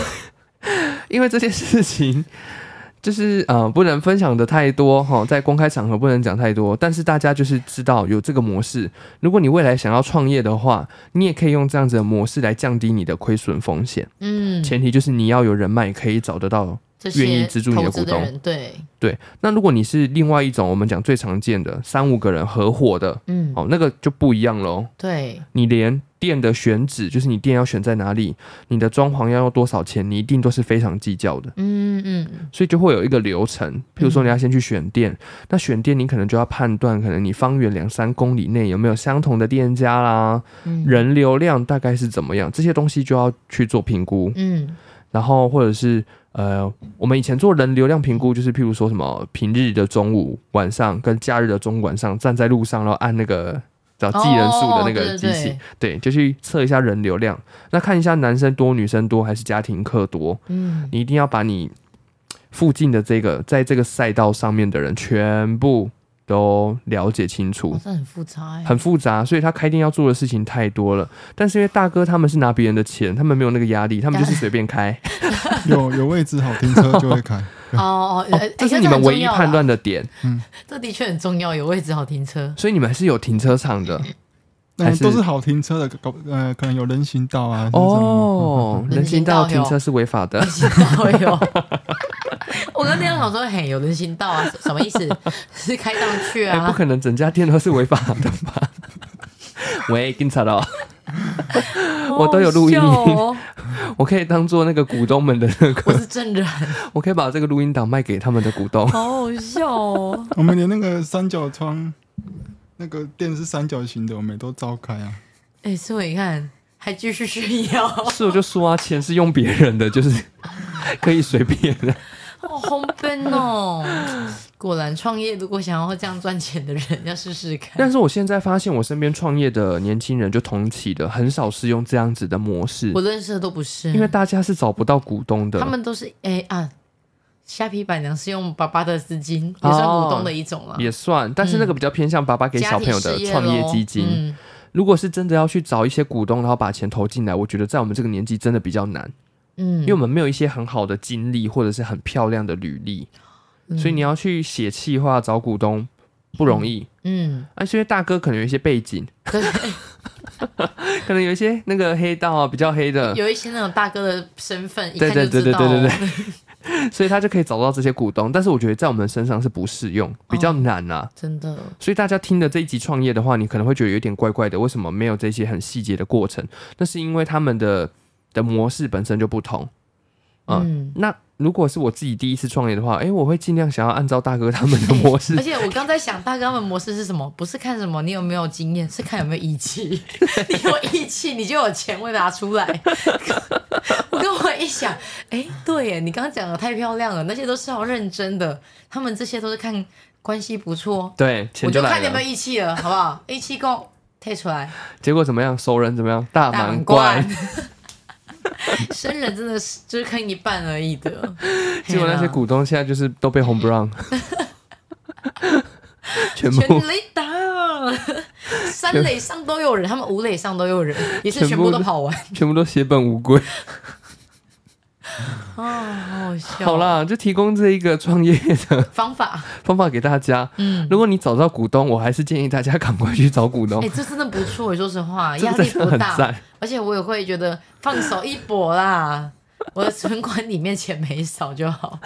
Speaker 2: 因为这些事情 就是呃不能分享的太多哈，在公开场合不能讲太多，但是大家就是知道有这个模式。如果你未来想要创业的话，你也可以用这样子的模式来降低你的亏损风险，
Speaker 3: 嗯，
Speaker 2: 前提就是你要有人脉可以找得到。
Speaker 3: 这些
Speaker 2: 愿意资助你的
Speaker 3: 投资
Speaker 2: 股东
Speaker 3: 人，对，
Speaker 2: 对，那如果你是另外一种我们讲最常见的三五个人合伙的，
Speaker 3: 嗯，
Speaker 2: 哦，那个就不一样喽。
Speaker 3: 对，
Speaker 2: 你连店的选址，就是你店要选在哪里，你的装潢要用多少钱，你一定都是非常计较的。
Speaker 3: 嗯嗯，
Speaker 2: 所以就会有一个流程，譬如说你要先去选店，那选店你可能就要判断，可能你方圆两三公里内有没有相同的店家啦，
Speaker 3: 嗯
Speaker 2: 人流量大概是怎么样，这些东西就要去做评估。
Speaker 3: 嗯
Speaker 2: 然后或者是呃，我们以前做人流量评估，就是譬如说什么平日的中午、晚上跟假日的中午晚上，站在路上然后按那个找计啊人数的那个
Speaker 3: 哦对对
Speaker 2: 机器，
Speaker 3: 对
Speaker 2: 对，就去测一下人流量，那看一下男生多、女生多还是家庭客多，
Speaker 3: 嗯，
Speaker 2: 你一定要把你附近的这个在这个赛道上面的人全部都了解清楚
Speaker 3: 哇，，这很复杂哎，
Speaker 2: 很复杂，所以他开店要做的事情太多了。但是因为大哥他们是拿别人的钱，他们没有那个压力，他们就是随便开，
Speaker 1: 有有位置好停车就会开，
Speaker 3: 哦哦，
Speaker 2: 哦
Speaker 3: 哎
Speaker 2: 这是
Speaker 3: 哎
Speaker 2: 你们唯一
Speaker 3: 很重要啦
Speaker 2: 判断的点，
Speaker 3: 这的确很重要，有位置好停车。
Speaker 2: 所以你们是有停车场的
Speaker 1: 嗯、
Speaker 2: 还是
Speaker 1: 都是好停车的，搞呃，可能有人行道啊。
Speaker 2: 哦。
Speaker 3: 嗯
Speaker 2: 人行道
Speaker 3: 人行道
Speaker 2: 停车是违法的
Speaker 3: 人，行道有， 我刚那样想说，嘿，有人行道啊，什么意思？ 是开上去
Speaker 2: 哎，
Speaker 3: 啊？
Speaker 2: 不可能整家店都是违法的吧？ 喂，警察哦佬，我都有录音
Speaker 3: 好哦好笑哦
Speaker 2: 我可以当做那个股东们的那
Speaker 3: 我
Speaker 2: 个，
Speaker 3: 是证人，
Speaker 2: 我可以把这个录音档卖给他们的股东。
Speaker 3: 好好笑哦。
Speaker 1: 我们连那个三角窗，那个店是三角形的，我们也都照开啊。
Speaker 3: 哎，所以你看，还继续炫耀，
Speaker 2: 是，我就说啊，钱是用别人的，就是 可以随便的。
Speaker 3: 好红奔哦。果然，创业如果想要这样赚钱的人，要试试看。
Speaker 2: 但是我现在发现，我身边创业的年轻人，就同期的，很少是用这样子的模式
Speaker 3: 我，认识的都不是，
Speaker 2: 因为大家是找不到股东的。
Speaker 3: 他们都是哎、啊，虾皮板娘是用爸爸的资金，也算股东的一种了。
Speaker 2: 也算，但是那个比较偏向爸爸哦给小朋友的
Speaker 3: 嗯家庭事
Speaker 2: 创业
Speaker 3: 咯
Speaker 2: 基金。
Speaker 3: 嗯，
Speaker 2: 如果是真的要去找一些股东，然后把钱投进来，我觉得在我们这个年纪真的比较难，
Speaker 3: 嗯
Speaker 2: 因为我们没有一些很好的经历或者是很漂亮的履历，
Speaker 3: 嗯
Speaker 2: 所以你要去写企划找股东不容易。
Speaker 3: 嗯，
Speaker 2: 啊，是因为大哥可能有一些背景，
Speaker 3: 对，
Speaker 2: 可能有一些那个黑道啊，比较黑的，
Speaker 3: 有一些那种大哥的身份，一
Speaker 2: 对
Speaker 3: 看
Speaker 2: 对
Speaker 3: 就
Speaker 2: 对
Speaker 3: 知
Speaker 2: 对
Speaker 3: 道。
Speaker 2: 对对对，所以他就可以找到这些股东。但是我觉得在我们身上是不适用，比较难啊。
Speaker 3: 真的，
Speaker 2: 所以大家听的这一集创业的话，你可能会觉得有点怪怪的，为什么没有这些很细节的过程？那是因为他们的的模式本身就不同。嗯，
Speaker 3: 嗯
Speaker 2: 那如果是我自己第一次创业的话，诶，我会尽量想要按照大哥他们的模式
Speaker 3: 而。且我刚在想，大哥他们模式是什么？不是看什么你有没有经验，是看有没有义气。 你有义气，你就有钱会拿出来。 我跟我一想，哎，对耶，你刚刚讲的太漂亮了，那些都是要认真的，他们这些都是看关系不错，
Speaker 2: 对，钱
Speaker 3: 我就
Speaker 2: 来
Speaker 3: 看你有
Speaker 2: 了
Speaker 3: 没。有义气 了，好不好？义气够退出来，
Speaker 2: 结果怎么样？熟人怎么样？大
Speaker 3: 大
Speaker 2: 满
Speaker 3: 满
Speaker 2: 贯
Speaker 3: 贯。。 生人真的是就是看一半而已的，
Speaker 2: 结果那些股东现在就是都被红不 让，全部
Speaker 3: 全垒打，三垒上都有人，他们五垒上都有人，也是全部都跑完。
Speaker 2: 全部都血本无归。
Speaker 3: 啊，好好笑。
Speaker 2: 好，啦，就提供这一个创业的
Speaker 3: 方法，
Speaker 2: 方法给大家。
Speaker 3: 嗯，
Speaker 2: 如果你找到股东，我还是建议大家赶快去找股东
Speaker 3: 哎、。这真的不错，说实 话，
Speaker 2: 这
Speaker 3: 压
Speaker 2: 真
Speaker 3: 力
Speaker 2: 的
Speaker 3: 不
Speaker 2: 很
Speaker 3: 大
Speaker 2: 赞，
Speaker 3: 而且我也会觉得放手一搏啦。 我的存款里面钱没少就好，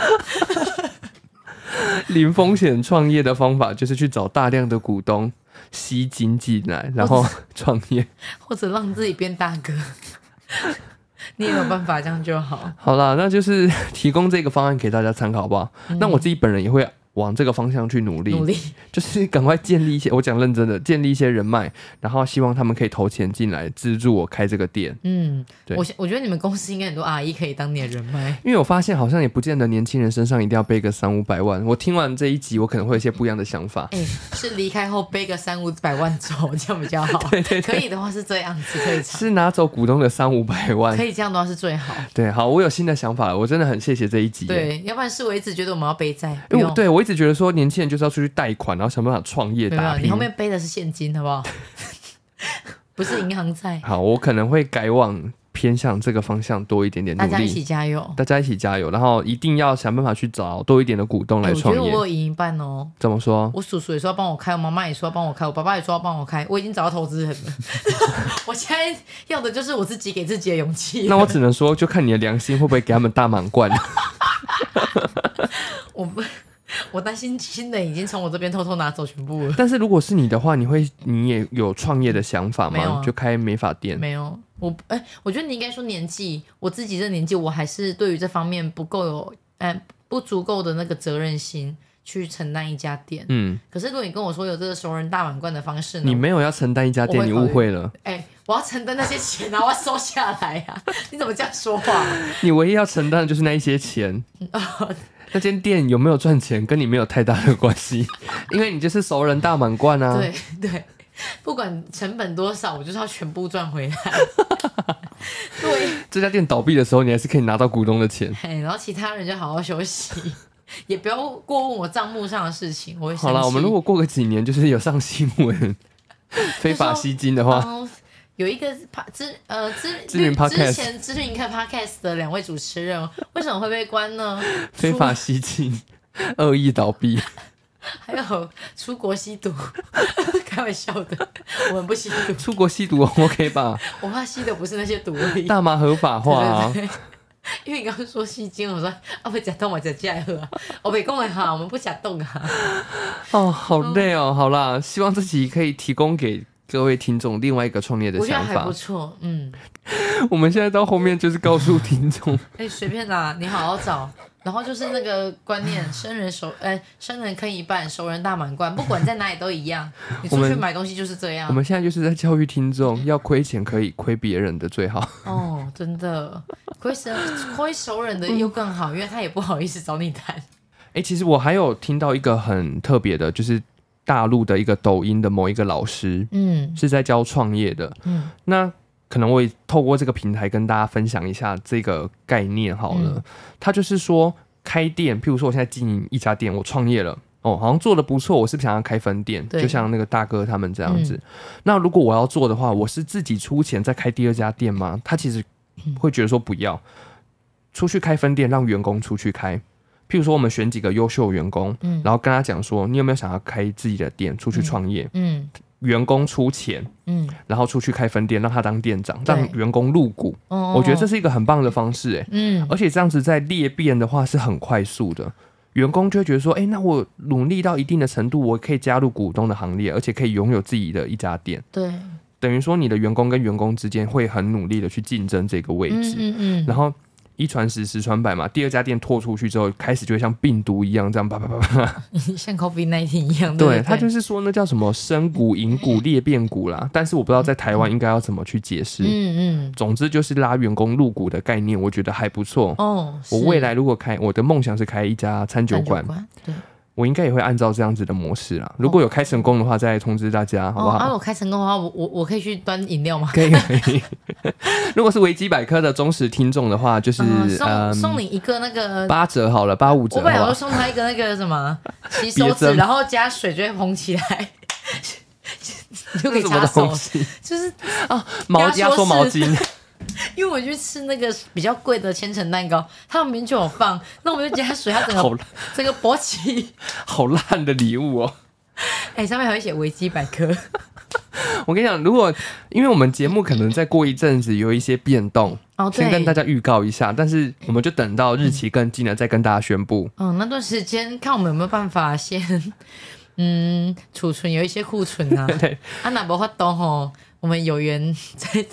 Speaker 2: 零风险创业的方法就是去找大量的股东吸金进来，然后 创业。
Speaker 3: 或者让自己变大哥， 你也有办法，这样就好。
Speaker 2: 好啦，那就是提供这个方案给大家参考，好不好？那我自己本人也会往这个方向去努力，
Speaker 3: 嗯努力，
Speaker 2: 就是赶快建立一些，我讲认真的，建立一些人脉，然后希望他们可以投钱进来资助我开这个店。
Speaker 3: 嗯，
Speaker 2: 对
Speaker 3: 我我觉得你们公司应该很多阿姨可以当你的人脉，
Speaker 2: 因为我发现好像也不见得年轻人身上一定要背个三五百万。我听完这一集，我可能会有一些不一样的想法。
Speaker 3: 哎、是离开后背个三五百万走，这样比 较好。可以的话是这样子退场，
Speaker 2: 是拿走股东的三五百万
Speaker 3: 可。以这样的话是最好。
Speaker 2: 对，好，我有新的想法了，我真的很谢谢这一集。
Speaker 3: 对，要不然是我一直觉得我们要背债，不
Speaker 2: 因为我
Speaker 3: 用。
Speaker 2: 哦对我一直觉得说年轻人就是要出去贷款，然后想办法创业
Speaker 3: 没有，没
Speaker 2: 打
Speaker 3: 有，
Speaker 2: 拼
Speaker 3: 你后。面背的是现金，好不好？不是银行债，
Speaker 2: 好，我可能会改往偏向这个方向多一点点努
Speaker 3: 大
Speaker 2: 力。
Speaker 3: 家一起加油。
Speaker 2: 大家一起加油，然后一定要想办法去找多一点的股东
Speaker 3: 哎
Speaker 2: 来
Speaker 3: 我觉
Speaker 2: 创
Speaker 3: 得我
Speaker 2: 业。
Speaker 3: 有赢一半哦。
Speaker 2: 怎么说？
Speaker 3: 我叔叔也说要帮我开，我妈妈也说要帮我开，我爸爸也说要帮我开，我已经找到投资人了。 我现在要的就是我自己给自己的勇气。
Speaker 2: 那我只能说，就看你的良心会不会给他们大满贯。
Speaker 3: 我不，我担心新的已经从我这边偷偷拿走全部了。
Speaker 2: 但是如果是你的话，你会你也有创业的想法
Speaker 3: 没有
Speaker 2: 吗？
Speaker 3: 啊
Speaker 2: 就开美发店。
Speaker 3: 没有，我哎、我觉得你应该说年纪，我自己这年纪，我还是对于这方面不够有，哎、不足够的那个责任心去承担一家店。
Speaker 2: 嗯，
Speaker 3: 可是如果你跟我说有这个熟人大满贯的方式呢，
Speaker 2: 你没有要承担一家店，
Speaker 3: 我
Speaker 2: 你
Speaker 3: 会
Speaker 2: 误会了。
Speaker 3: 哎、我要承担那些钱啊，我要收下来啊！ 你怎么这样说话？啊
Speaker 2: 你唯一要承担的就是那一些 钱。那间店有没有赚钱，跟你没有太大的关 系，因为你就是熟人大满贯啊。
Speaker 3: 对对，不管成本多少，我就是要全部赚回来。 对，
Speaker 2: 这家店倒闭的时候，你还是可以拿到股东的钱。
Speaker 3: 哎，然后其他人就好好休息， 也不要过问我账目上的事情。我会
Speaker 2: 好了，
Speaker 3: 生
Speaker 2: 我们
Speaker 3: 气
Speaker 2: 如果过个几年，就是有上新闻，非法吸金的话，
Speaker 3: 嗯，有一个帕之呃之
Speaker 2: 知名 podcast
Speaker 3: 之前知名看 podcast 的两位主持人为什么会被关呢？
Speaker 2: 非法吸金、恶意倒闭，
Speaker 3: 还有出国吸毒， 开玩笑的，我们不吸毒，
Speaker 2: 出国吸毒 OK 吧？
Speaker 3: 我怕吸的不是那些毒而已。
Speaker 2: 大麻合法化啊，
Speaker 3: 对对对 因为你刚刚说吸精，我说啊不假动嘛，假假喝啊，我没讲的哈，我们不假动啊。
Speaker 2: 哦，好累
Speaker 3: 嗯
Speaker 2: 哦。好啦，希望自己可以提供给各位听众另外一个创业的
Speaker 3: 我觉得
Speaker 2: 想
Speaker 3: 还
Speaker 2: 法
Speaker 3: 不。错，嗯，
Speaker 2: 我们现在到后面就是告诉听 众，
Speaker 3: 哎、随便啦，你好好找。然后就是那个观念，生人熟，哎、生人坑一半，熟人大满贯，不管在哪里都一 样。你
Speaker 2: 我
Speaker 3: 出
Speaker 2: 们
Speaker 3: 去买东西就是这样
Speaker 2: 我。们现在就是在教育听众，要亏钱可以亏别人的最好。
Speaker 3: 哦，真的，亏熟亏熟人的又更好，因为他也不好意思找你谈。
Speaker 2: 哎、其实我还有听到一个很特别的，就是大陆的一个抖音的某一个老师
Speaker 3: 嗯
Speaker 2: 是在教创业的，
Speaker 3: 嗯，
Speaker 2: 那可能我也透过这个平台跟大家分享一下这个概念好了
Speaker 3: 嗯。
Speaker 2: 他、就是说，开店，譬如说我现在经营一家店，我创业了。哦，好像做的不错，我是不是想要开分店，
Speaker 3: 对嗯
Speaker 2: 就像那个大哥他们这样子。那如果我要做的话，我是自己出钱再开第二家店吗？他其实
Speaker 3: 嗯
Speaker 2: 会觉得说不要，出去开分店，让员工出去开。譬如说，我们选几个优秀员工，
Speaker 3: 嗯
Speaker 2: 然后跟他讲说，你有没有想要开自己的店，出去创业？
Speaker 3: 嗯
Speaker 2: 员工出钱，
Speaker 3: 嗯，
Speaker 2: 然后出去开分店，让他当店长，
Speaker 3: 对
Speaker 2: 让员工入股。
Speaker 3: 哦
Speaker 2: 我觉得这是一个很棒的方式、诶，
Speaker 3: 嗯
Speaker 2: 而且这样子在裂变的话是很快速的。员工就会觉得说，诶，那我努力到一定的程度，我可以加入股东的行列，而且可以拥有自己的一家店。
Speaker 3: 对，
Speaker 2: 等于说，你的员工跟员工之间会很努力的去竞争这个位
Speaker 3: 嗯
Speaker 2: 置，
Speaker 3: 嗯嗯，
Speaker 2: 然后一传十，十传百嘛。第二家店拓出去之后，开始就会像病毒一样这样啪啪啪啪啪。
Speaker 3: 像 COVID 1 9一样，嗯对不
Speaker 2: 对
Speaker 3: 对，
Speaker 2: 他就是是说那叫什么深股、银股、裂变股啦，但是我不知道在台湾应该要怎么去解释。
Speaker 3: 嗯嗯，
Speaker 2: 总之就是拉员工入股的概念，我觉得还不错。
Speaker 3: 哦，
Speaker 2: 我
Speaker 3: 是
Speaker 2: 未来如果开我的梦想是开一家餐酒
Speaker 3: 餐
Speaker 2: 馆，
Speaker 3: 馆，对，
Speaker 2: 我应该也会按照这样子的模式啦。如果有开成功的话，再通知大家，好不
Speaker 3: 哦，啊，
Speaker 2: 好？
Speaker 3: 我开成功的话，我我我可以去端饮料吗？
Speaker 2: 可以可以。 如果是维基百科的忠实听众的话，就是
Speaker 3: 嗯，
Speaker 2: 嗯
Speaker 3: 送送你一个那个，
Speaker 2: 八折好了，八五
Speaker 3: 我
Speaker 2: 折
Speaker 3: 本来
Speaker 2: 好
Speaker 3: 我
Speaker 2: 吧？
Speaker 3: 送他一个那个 什么洗手
Speaker 2: 别
Speaker 3: 纸，
Speaker 2: 针
Speaker 3: 然后加水就会蓬起来， 就可以
Speaker 2: 什么
Speaker 3: 擦手
Speaker 2: 东。西？
Speaker 3: 就是
Speaker 2: 毛
Speaker 3: 压
Speaker 2: 压缩
Speaker 3: 缩式
Speaker 2: 毛巾，
Speaker 3: 因为我去吃那个比较贵的千层蛋糕，它里面就有放，那我就加水，它整
Speaker 2: 好
Speaker 3: 个整个勃起，
Speaker 2: 好烂的礼物哦！
Speaker 3: 哎、上面还会写维基百科，
Speaker 2: 我跟你讲，如果因为我们节目可能再过一阵子有一些变动，
Speaker 3: 哦，
Speaker 2: 先跟
Speaker 3: 对
Speaker 2: 大，家预告一下，但是我们就等到日期更近了再跟大家宣布。
Speaker 3: 嗯，那段时间看我们有没有办法先，嗯，储存有一些库存啊，
Speaker 2: 对，
Speaker 3: 啊，那不法懂吼，我们有缘再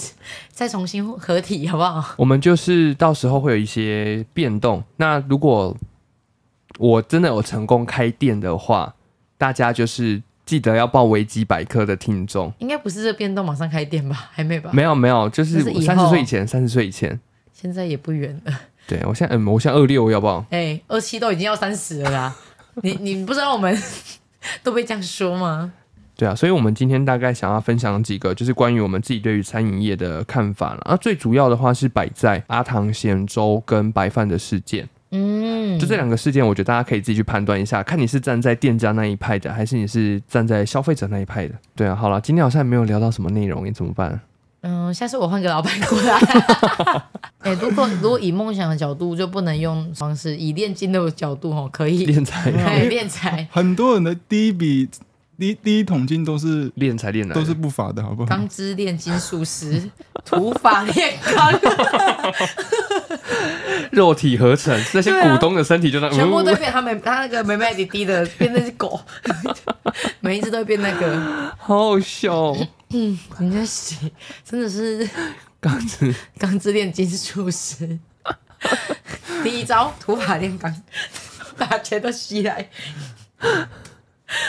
Speaker 3: 再重新合体好不好？
Speaker 2: 我们就是到时候会有一些变动。那如果我真的有成功开店的话，大家就是记得要报维基百科的听众。
Speaker 3: 应该不是这变动马上开店吧？还没吧？
Speaker 2: 没有没有，就是
Speaker 3: 就是以
Speaker 2: 三十
Speaker 3: 后
Speaker 2: 岁以前，三十岁以前。
Speaker 3: 现在也不远了，
Speaker 2: 对我现在嗯，我现在二六，要不要？
Speaker 3: 哎、二七都已经要三十了啦， 你你不知道我们 都被这样说吗？
Speaker 2: 对啊，所以我们今天大概想要分享几个，就是关于我们自己对于餐饮业的看法了。那、最主要的话是摆在阿唐咸粥跟白饭的事件。
Speaker 3: 嗯，
Speaker 2: 就这两个事件，我觉得大家可以自己去判断一下，看你是站在店家那一派的，还是你是站在消费者那一派的。对啊，好了，今天好像也没有聊到什么内容，你欸怎么 办？
Speaker 3: 嗯，下次我换个老板过来。 哎、如果如果以梦想的角度，就不能用方式；以炼金的角度哦，可以，
Speaker 2: 练财，
Speaker 3: 可以炼财。
Speaker 1: 很多人的第一笔、第一第一桶金都是
Speaker 2: 练财练来的，
Speaker 1: 都是不法的，好不好？
Speaker 3: 钢之炼金术师， 土法炼钢，
Speaker 2: 肉体合成，那些
Speaker 3: 对啊
Speaker 2: 股东的身体就在、
Speaker 3: 全部都
Speaker 2: 嗯
Speaker 3: 变他妹，他那个妹妹弟弟的变那只狗， 每一只都会变那 个。
Speaker 2: 好好笑、哦，
Speaker 3: 人家写真的是
Speaker 2: 刚子
Speaker 3: 钢之炼金术师，第一招土法炼钢，把钱都吸来，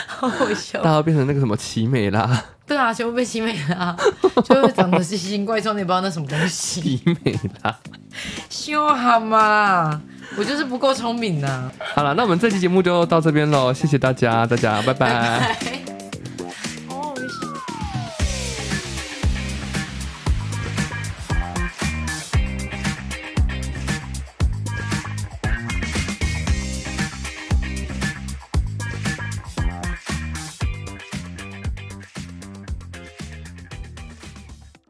Speaker 3: 好好笑
Speaker 2: 大。家变成那个什么奇美啦、
Speaker 3: 对啊，全部被吸美了啊，就是长得奇形怪状的，也不知道那什么东西。
Speaker 2: 奇美啦。
Speaker 3: 修好嘛，我就是不够聪明呐、
Speaker 2: 好了，那我们这期节目就到这边喽，谢谢大家，大家拜拜
Speaker 3: 拜拜